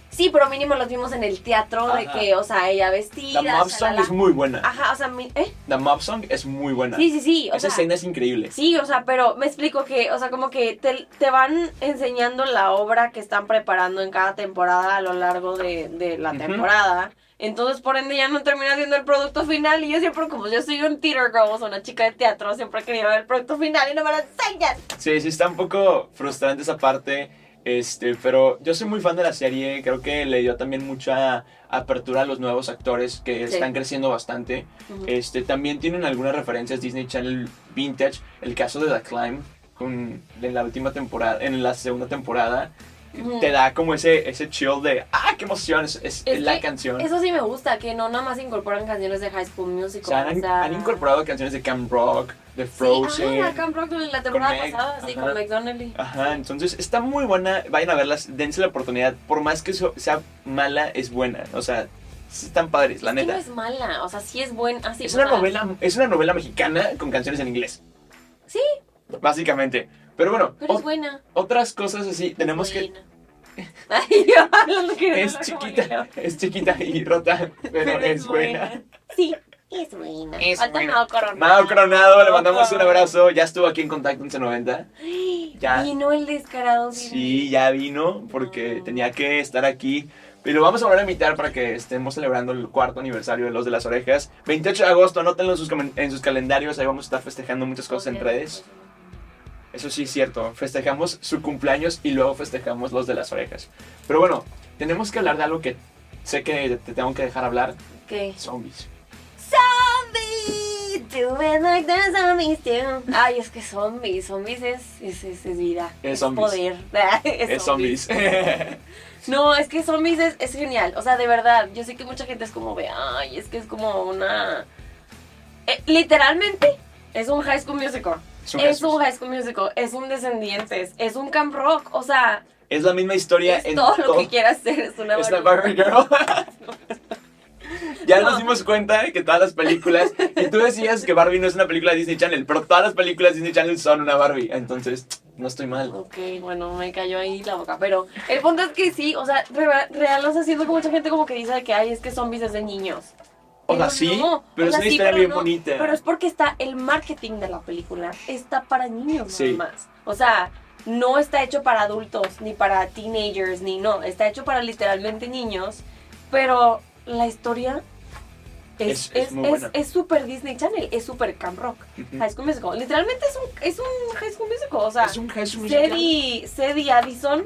B: Sí, pero mínimo los vimos en el teatro de
A: Ajá.
B: que, o sea, ella
A: La
B: vestida.
A: Mob Song
B: shalala.
A: es muy buena.
B: Ajá, o sea, mi- ¿eh?
A: La Mob Song es muy buena.
B: Sí, sí, sí. O
A: Esa
B: sea,
A: escena es increíble.
B: Sí, o sea, pero me explico que, o sea, como que te, te van enseñando la obra que están preparando en cada temporada a lo largo de, de la
A: Ujú.
B: temporada. Entonces, por ende, ya no termina siendo el producto final. Y yo siempre, como yo soy un theater girl, o sea, una chica de teatro, siempre he querido ver el producto final y no me lo enseñan.
A: Sí, sí, está un poco frustrante esa parte. Este, pero yo soy muy fan de la serie. Creo que le dio también mucha apertura a los nuevos actores que
B: Sí.
A: están creciendo bastante. Este, también tienen algunas referencias Disney Channel vintage. El caso de The Climb con, en la última temporada, en la segunda temporada.
B: Ujú.
A: te da como ese, ese chill de, ah, qué emoción, es, es
B: Es
A: la
B: que
A: canción.
B: Eso sí me gusta, que no nada más incorporan canciones de High School
A: o
B: Musical.
A: sea, han,
B: o sea-
A: han incorporado canciones de Camp Rock, de
B: Sí,
A: Frozen.
B: ah, Camp Rock en la temporada
A: Meg,
B: pasada, sí,
A: ajá.
B: con McDonnelly.
A: Ajá, entonces está muy buena, vayan a verlas, dense la oportunidad, por más que so- sea mala, es buena, o sea, sí están padres, la
B: es
A: neta.
B: que no es mala, o sea, sí es buena. Así,
A: Es una novela, es una novela mexicana con canciones en inglés.
B: Sí.
A: Básicamente. Pero bueno,
B: Pero
A: o-
B: es buena.
A: otras cosas así, tenemos
B: es
A: que... [LAUGHS]
B: buena. Ay, [LAUGHS] yo hablando que no
A: Es
B: hablo como
A: chiquita,
B: Lilo.
A: es chiquita y rota, pero es buena.
B: Sí, es buena.
A: Es
B: Falta
A: buena.
B: Mao Coronado.
A: Mao Coronado, le mandamos un
B: Coronado.
A: abrazo, ya estuvo aquí en Contacto 1190.
B: Ay,
A: Ya.
B: Y no el descarado.
A: Sí, ya vino porque
B: No.
A: tenía que estar aquí. Pero vamos a volver a invitar para que estemos celebrando el cuarto aniversario de Los de las Orejas. 28 de agosto, anótenlo en sus, comen- en sus calendarios, ahí vamos a estar festejando muchas cosas en redes. Eso sí es cierto, festejamos su cumpleaños y luego festejamos Los de las Orejas. Pero bueno, tenemos que hablar de algo que sé que te tengo que dejar hablar,
B: ¿Qué?
A: zombies.
B: Zombie, do it like the zombies do. Ay, es que zombies, zombies es, es, es, es vida.
A: Es zombies.
B: poder. [LAUGHS] es,
A: Es
B: zombies.
A: zombies. [LAUGHS]
B: No, es que zombies es, es genial. O sea, de verdad, yo sé que mucha gente es como de, ay, es que es como una... Eh, literalmente, es un high school musical.
A: Es un
B: Es
A: Jesús.
B: un high school musical, es un descendientes, es un camp rock. O sea,
A: Es la misma historia
B: es
A: en
B: todo lo
A: todo-
B: que quieras hacer. Es una
A: Es la
B: barbaridad.
A: Barbie Girl.
B: [LAUGHS]
A: Ya nos
B: No.
A: dimos cuenta que todas las películas. Y tú decías que Barbie no es una película de Disney Channel, pero todas las películas de Disney Channel son una Barbie. Entonces, no estoy mal.
B: Ok, bueno, me cayó ahí la boca. Pero el punto es que sí, o sea, re- real, o sea, siento que mucha gente como que dice de que, ay, es que zombies es de niños.
A: O sea,
B: Pero
A: sí,
B: no,
A: pero
B: o
A: es
B: sea,
A: una
B: sí,
A: historia
B: pero
A: bien
B: no.
A: bonita.
B: Pero es porque está el marketing de la película, está para niños
A: Sí.
B: nada más. O sea, no está hecho para adultos, ni para teenagers, ni no. Está hecho para literalmente niños, pero la historia es
A: Es- es muy buena.
B: es súper Disney Channel, es súper Camp Rock.
A: Ujú.
B: High School Musical. Literalmente es un, es un High School Musical. O sea,
A: Es un Jesús musical.
B: Cedi, Cedi Addison,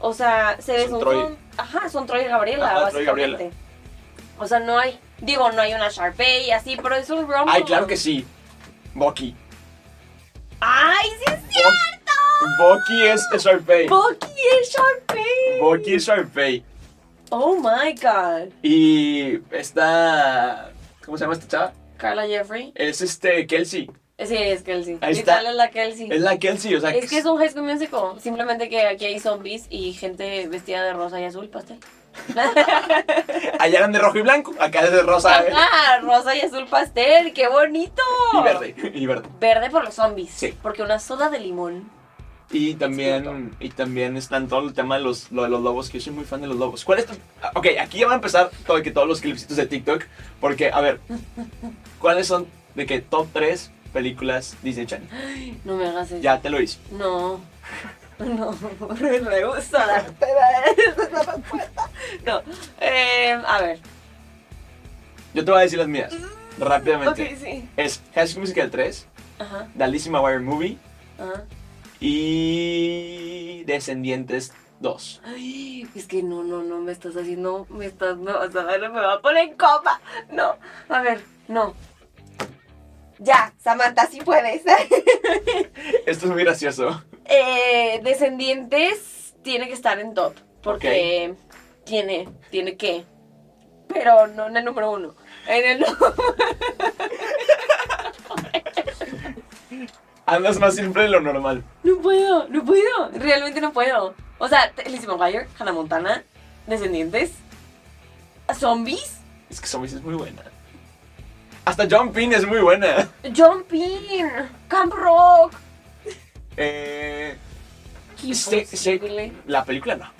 B: o sea, Cedi
A: Son
B: son,
A: Troy.
B: son- ajá, son Troy y Gabriela,
A: Ajá, Troy y
B: básicamente.
A: Gabriela.
B: O sea, no hay, digo, no hay una Sharpay y así, pero es un rom
A: Ay, claro que sí. Bucky.
B: ¡Ay, sí es cierto!
A: Bo- Bucky es Sharpay.
B: ¡Bucky es Sharpay!
A: Bucky es Sharpay.
B: Oh my god.
A: Y está. ¿Cómo se llama esta chava?
B: Carla Jeffrey. Eh,
A: Es este, Kelsey.
B: Sí, es Kelsey.
A: Ahí está.
B: Literal es la Kelsey.
A: Es la Kelsey, o sea.
B: Es que es un high school musical. Simplemente que aquí hay zombies y gente vestida de rosa y azul,
A: [LAUGHS]
B: pastel.
A: Allá eran de rojo y blanco, acá es de
B: [LAUGHS]
A: rosa ¿eh?
B: Ajá, Ah, rosa y azul pastel, qué bonito.
A: y verde. Y verde.
B: Verde por los zombies.
A: Sí.
B: Porque una soda de limón.
A: Y
B: cierto.
A: también, y también están todo el tema de los, lo de los lobos, que yo soy muy fan de los lobos. ¿Cuál es tu- ah, Ok, aquí ya van a empezar todo, que todos los clipsitos de TikTok, porque, a ver, ¿cuáles son de que top 3 películas Disney Channel?
B: No me hagas eso.
A: Ya te lo hice.
B: No. [LAUGHS] No, [LAUGHS] me
A: [LAUGHS]
B: gusta darte esa es la respuesta. No. Eh, a ver.
A: Yo te voy a decir las mías, rápidamente.
B: Ok, sí.
A: Es High School Musical 3,
B: Ajá,
A: Dalísima Wire Movie
B: ajá.
A: y Descendientes 2.
B: Ay, es que no, no, no, me estás haciendo, me estás, me vas a dar- me va a poner en coma. No, a ver, no. Ya, Samantha, sí puedes. [LAUGHS]
A: Esto es muy gracioso.
B: Eh, descendientes tiene que estar en top. Porque tiene, tiene que. Pero no en el número uno. En el [LAUGHS]
A: Andas más siempre de lo normal.
B: No puedo, no puedo. Realmente no puedo. O sea, te- Lizzie McGuire, Hannah Montana, Descendientes, Zombies,
A: Es que Zombies es muy buena. Hasta John Pin es muy buena.
B: Jumping, Camp Rock.
A: Eh,
B: Qué
A: se- se-
B: imposible.
A: la película no,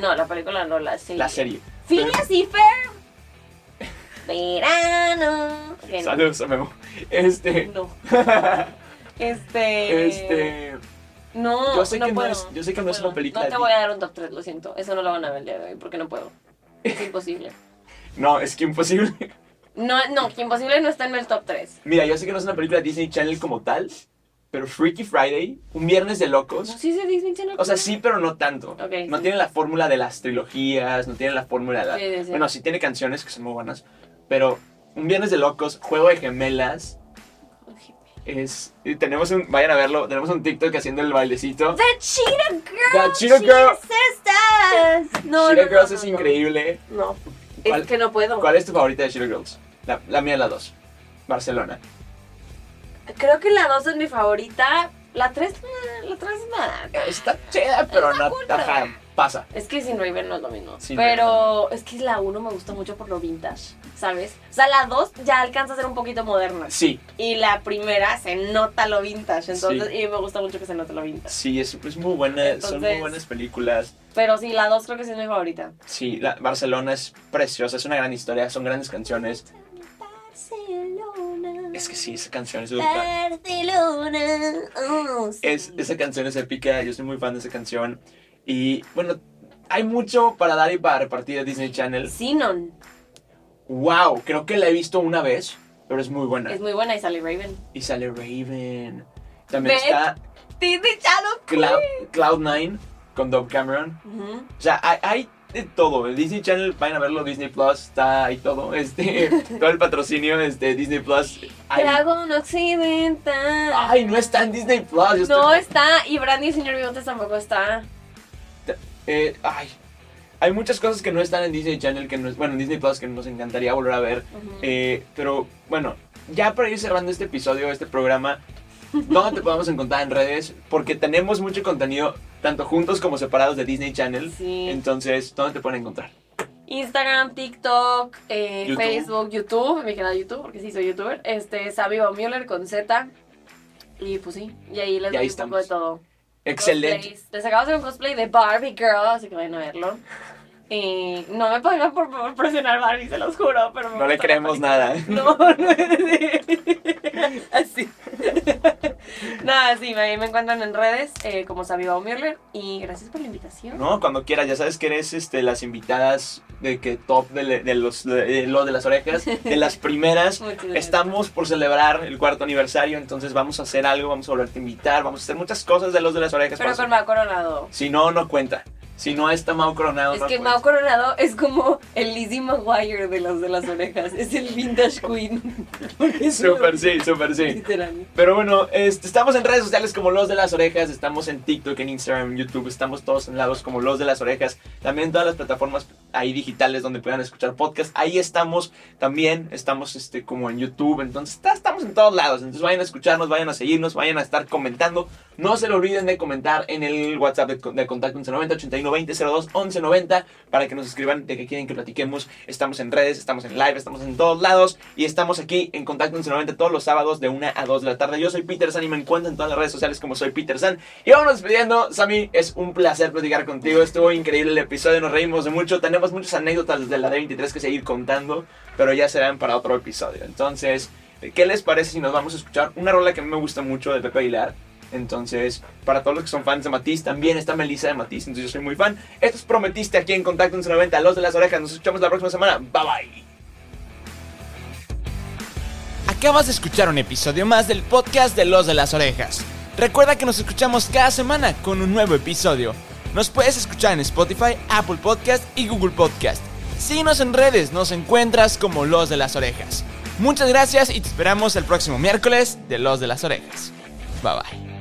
B: No, la película no, la serie.
A: la serie.
B: Phineas y Ferb. Verano. Ok, no.
A: Saludos a Memo. Este. [LAUGHS]
B: No. Este.
A: este.
B: No,
A: Yo sé
B: no
A: que no
B: puedo,
A: es- yo sé que no es
B: puedo.
A: una película
B: No
A: de
B: te
A: ti.
B: voy a dar un top 3, lo siento. Eso no lo van a ver el día de hoy porque no puedo. Es
A: [LAUGHS]
B: imposible.
A: No, es que imposible. [LAUGHS]
B: No, no, que imposible no está en el top 3.
A: Mira, yo sé que no es una película de Disney Channel como tal, pero Freaky Friday, un viernes de locos.
B: Pues ¿Sí se Disney Channel?
A: O sea, sí, pero no tanto.
B: Ok,
A: no
B: sí.
A: tiene la fórmula de las trilogías, no tiene la fórmula de la...
B: Sí, sí, sí.
A: Bueno, sí tiene canciones que son muy buenas, pero un viernes de locos, juego de gemelas,
B: Ojete.
A: Es, y tenemos un, vayan a verlo, tenemos un TikTok haciendo el bailecito.
B: The Cheetah Girl.
A: The Cheetah Girl.
B: Sisters. No,
A: Cheetah
B: no,
A: Girls
B: no,
A: es
B: no, no.
A: increíble.
B: No.
A: ¿Cuál-
B: Es que no puedo.
A: ¿Cuál es tu favorita de Cheetah Girls? La, la mía es la 2. Barcelona.
B: Creo que la 2 es mi favorita. La 3, la 3
A: Está chida, pero
B: Está
A: no
B: cool,
A: ajá,
B: pero-
A: pasa.
B: Es que sin Raven no es lo mismo.
A: Sin
B: pero es que la 1 me gusta mucho por lo vintage, ¿sabes? O sea, la 2 ya alcanza a ser un poquito moderna.
A: Sí,
B: Y la primera se nota lo vintage, entonces,
A: Sí.
B: y me gusta mucho que se note lo vintage.
A: sí, es, es muy buena, son muy
B: Entonces-
A: buenas películas.
B: Pero sí, la 2 creo que sí es mi favorita.
A: Sí, la- Barcelona es preciosa, es una gran historia, son grandes canciones.
B: Barcelona.
A: Es que sí, esa canción es brutal.
B: Barcelona. oh, sí.
A: Es, esa canción es épica, yo soy muy fan de esa canción. Y bueno, hay mucho para dar y para repartir de Disney Channel.
B: Sinon.
A: ¡Wow! Creo que la he visto una vez, pero es muy buena.
B: Es muy buena y sale Raven.
A: Y sale Raven. También
B: Ve.
A: está
B: Disney Channel.
A: Cloud- Cloud9 con Doug Cameron.
B: Ujú.
A: O sea, hay, hay de todo. El Disney Channel, vayan a verlo, Disney Plus, está ahí todo. [LAUGHS] Este, todo el patrocinio este, Disney Plus. Ay,
B: Dragón Occidental.
A: ay, no está en Disney Plus. yo estoy-
B: No está, y Brandy y Señor Bigotes tampoco está.
A: eh, ay. Hay muchas cosas que no están en Disney Channel, que no, es- bueno, en Disney Plus, que nos encantaría volver a ver.
B: Ujú.
A: Eh, pero bueno, ya para ir cerrando este episodio, este programa, ¿dónde te podemos encontrar en redes? Porque tenemos mucho contenido, tanto juntos como separados de Disney Channel.
B: Sí.
A: Entonces, ¿dónde te pueden encontrar?
B: Instagram, TikTok, eh,
A: YouTube.
B: Facebook, YouTube, mi canal de YouTube, porque sí soy youtuber. Este, Sabi Von Müller con Z. Y pues sí, y ahí les
A: Y ahí
B: doy un poco de
A: estamos.
B: todo.
A: Excelente.
B: Cosplays. Les acabo de hacer un cosplay de Barbie Girl, así que vayan a verlo. Y no me pagan por, por presionar Barbie, se los juro, pero me
A: No le
B: gusta la
A: creemos
B: película.
A: nada.
B: No, [LAUGHS] no es así. [LAUGHS] Nada, sí, ahí me encuentran en redes eh, como Sabiba Mürler y gracias por la invitación.
A: No, cuando quieras, ya sabes que eres este, las invitadas de que top de, le- de los de, lo de las orejas, de las primeras.
B: Muchas gracias.
A: Estamos por celebrar el cuarto aniversario, entonces vamos a hacer algo, vamos a volverte a invitar, vamos a hacer muchas cosas de los de las orejas.
B: Pero
A: vamos a-
B: con Mao Coronado.
A: Si no, no cuenta. Si no está Mau Coronado,
B: Es
A: no
B: que
A: cuenta.
B: Mao Coronado es como el Lizzie McGuire de las de las orejas. Es el
A: [LAUGHS]
B: vintage queen. Es lo-
A: [LAUGHS] Súper sí, súper sí.
B: Literal.
A: Pero bueno, este, estamos en redes sociales como Los de las Orejas, estamos en TikTok, en Instagram, en YouTube, estamos todos en lados como Los de las Orejas, también en todas las plataformas ahí digitales donde puedan escuchar podcast, ahí estamos también, estamos este, como en YouTube, entonces está- estamos en todos lados, entonces vayan a escucharnos, vayan a seguirnos, vayan a estar comentando, no se lo olviden de comentar en el WhatsApp de, con- de contacto 1190 8920 02 1190 para que nos escriban de qué quieren que platiquemos, estamos en redes, estamos en live, estamos en todos lados y estamos aquí en contacto 1190 todos los sábados de 1 a 2 de la tarde, yo soy Peter San y me encuentran en todas las redes sociales como soy Peter San y vámonos despidiendo, Sammy, es un placer platicar contigo, estuvo increíble el episodio, nos reímos de mucho, tenemos muchas anécdotas de la D23 que seguir contando, pero ya serán para otro episodio, entonces... ¿Qué les parece si nos vamos a escuchar una rola que a mí me gusta mucho de Pepe Aguilar? Entonces, para todos los que son fans de Matiz, también está Melissa de Matiz, entonces yo soy muy fan. Esto es Prometiste aquí en Contacto 1190, Los de las Orejas. Nos escuchamos la próxima semana. Bye bye.
C: Acabas de escuchar un episodio más del podcast de Los de las Orejas. Recuerda que nos escuchamos cada semana con un nuevo episodio. Nos puedes escuchar en Spotify, Apple Podcast y Google Podcast. Síguenos en redes, nos encuentras como Los de las Orejas. Muchas gracias y te esperamos el próximo miércoles de Los de las Orejas. Bye bye.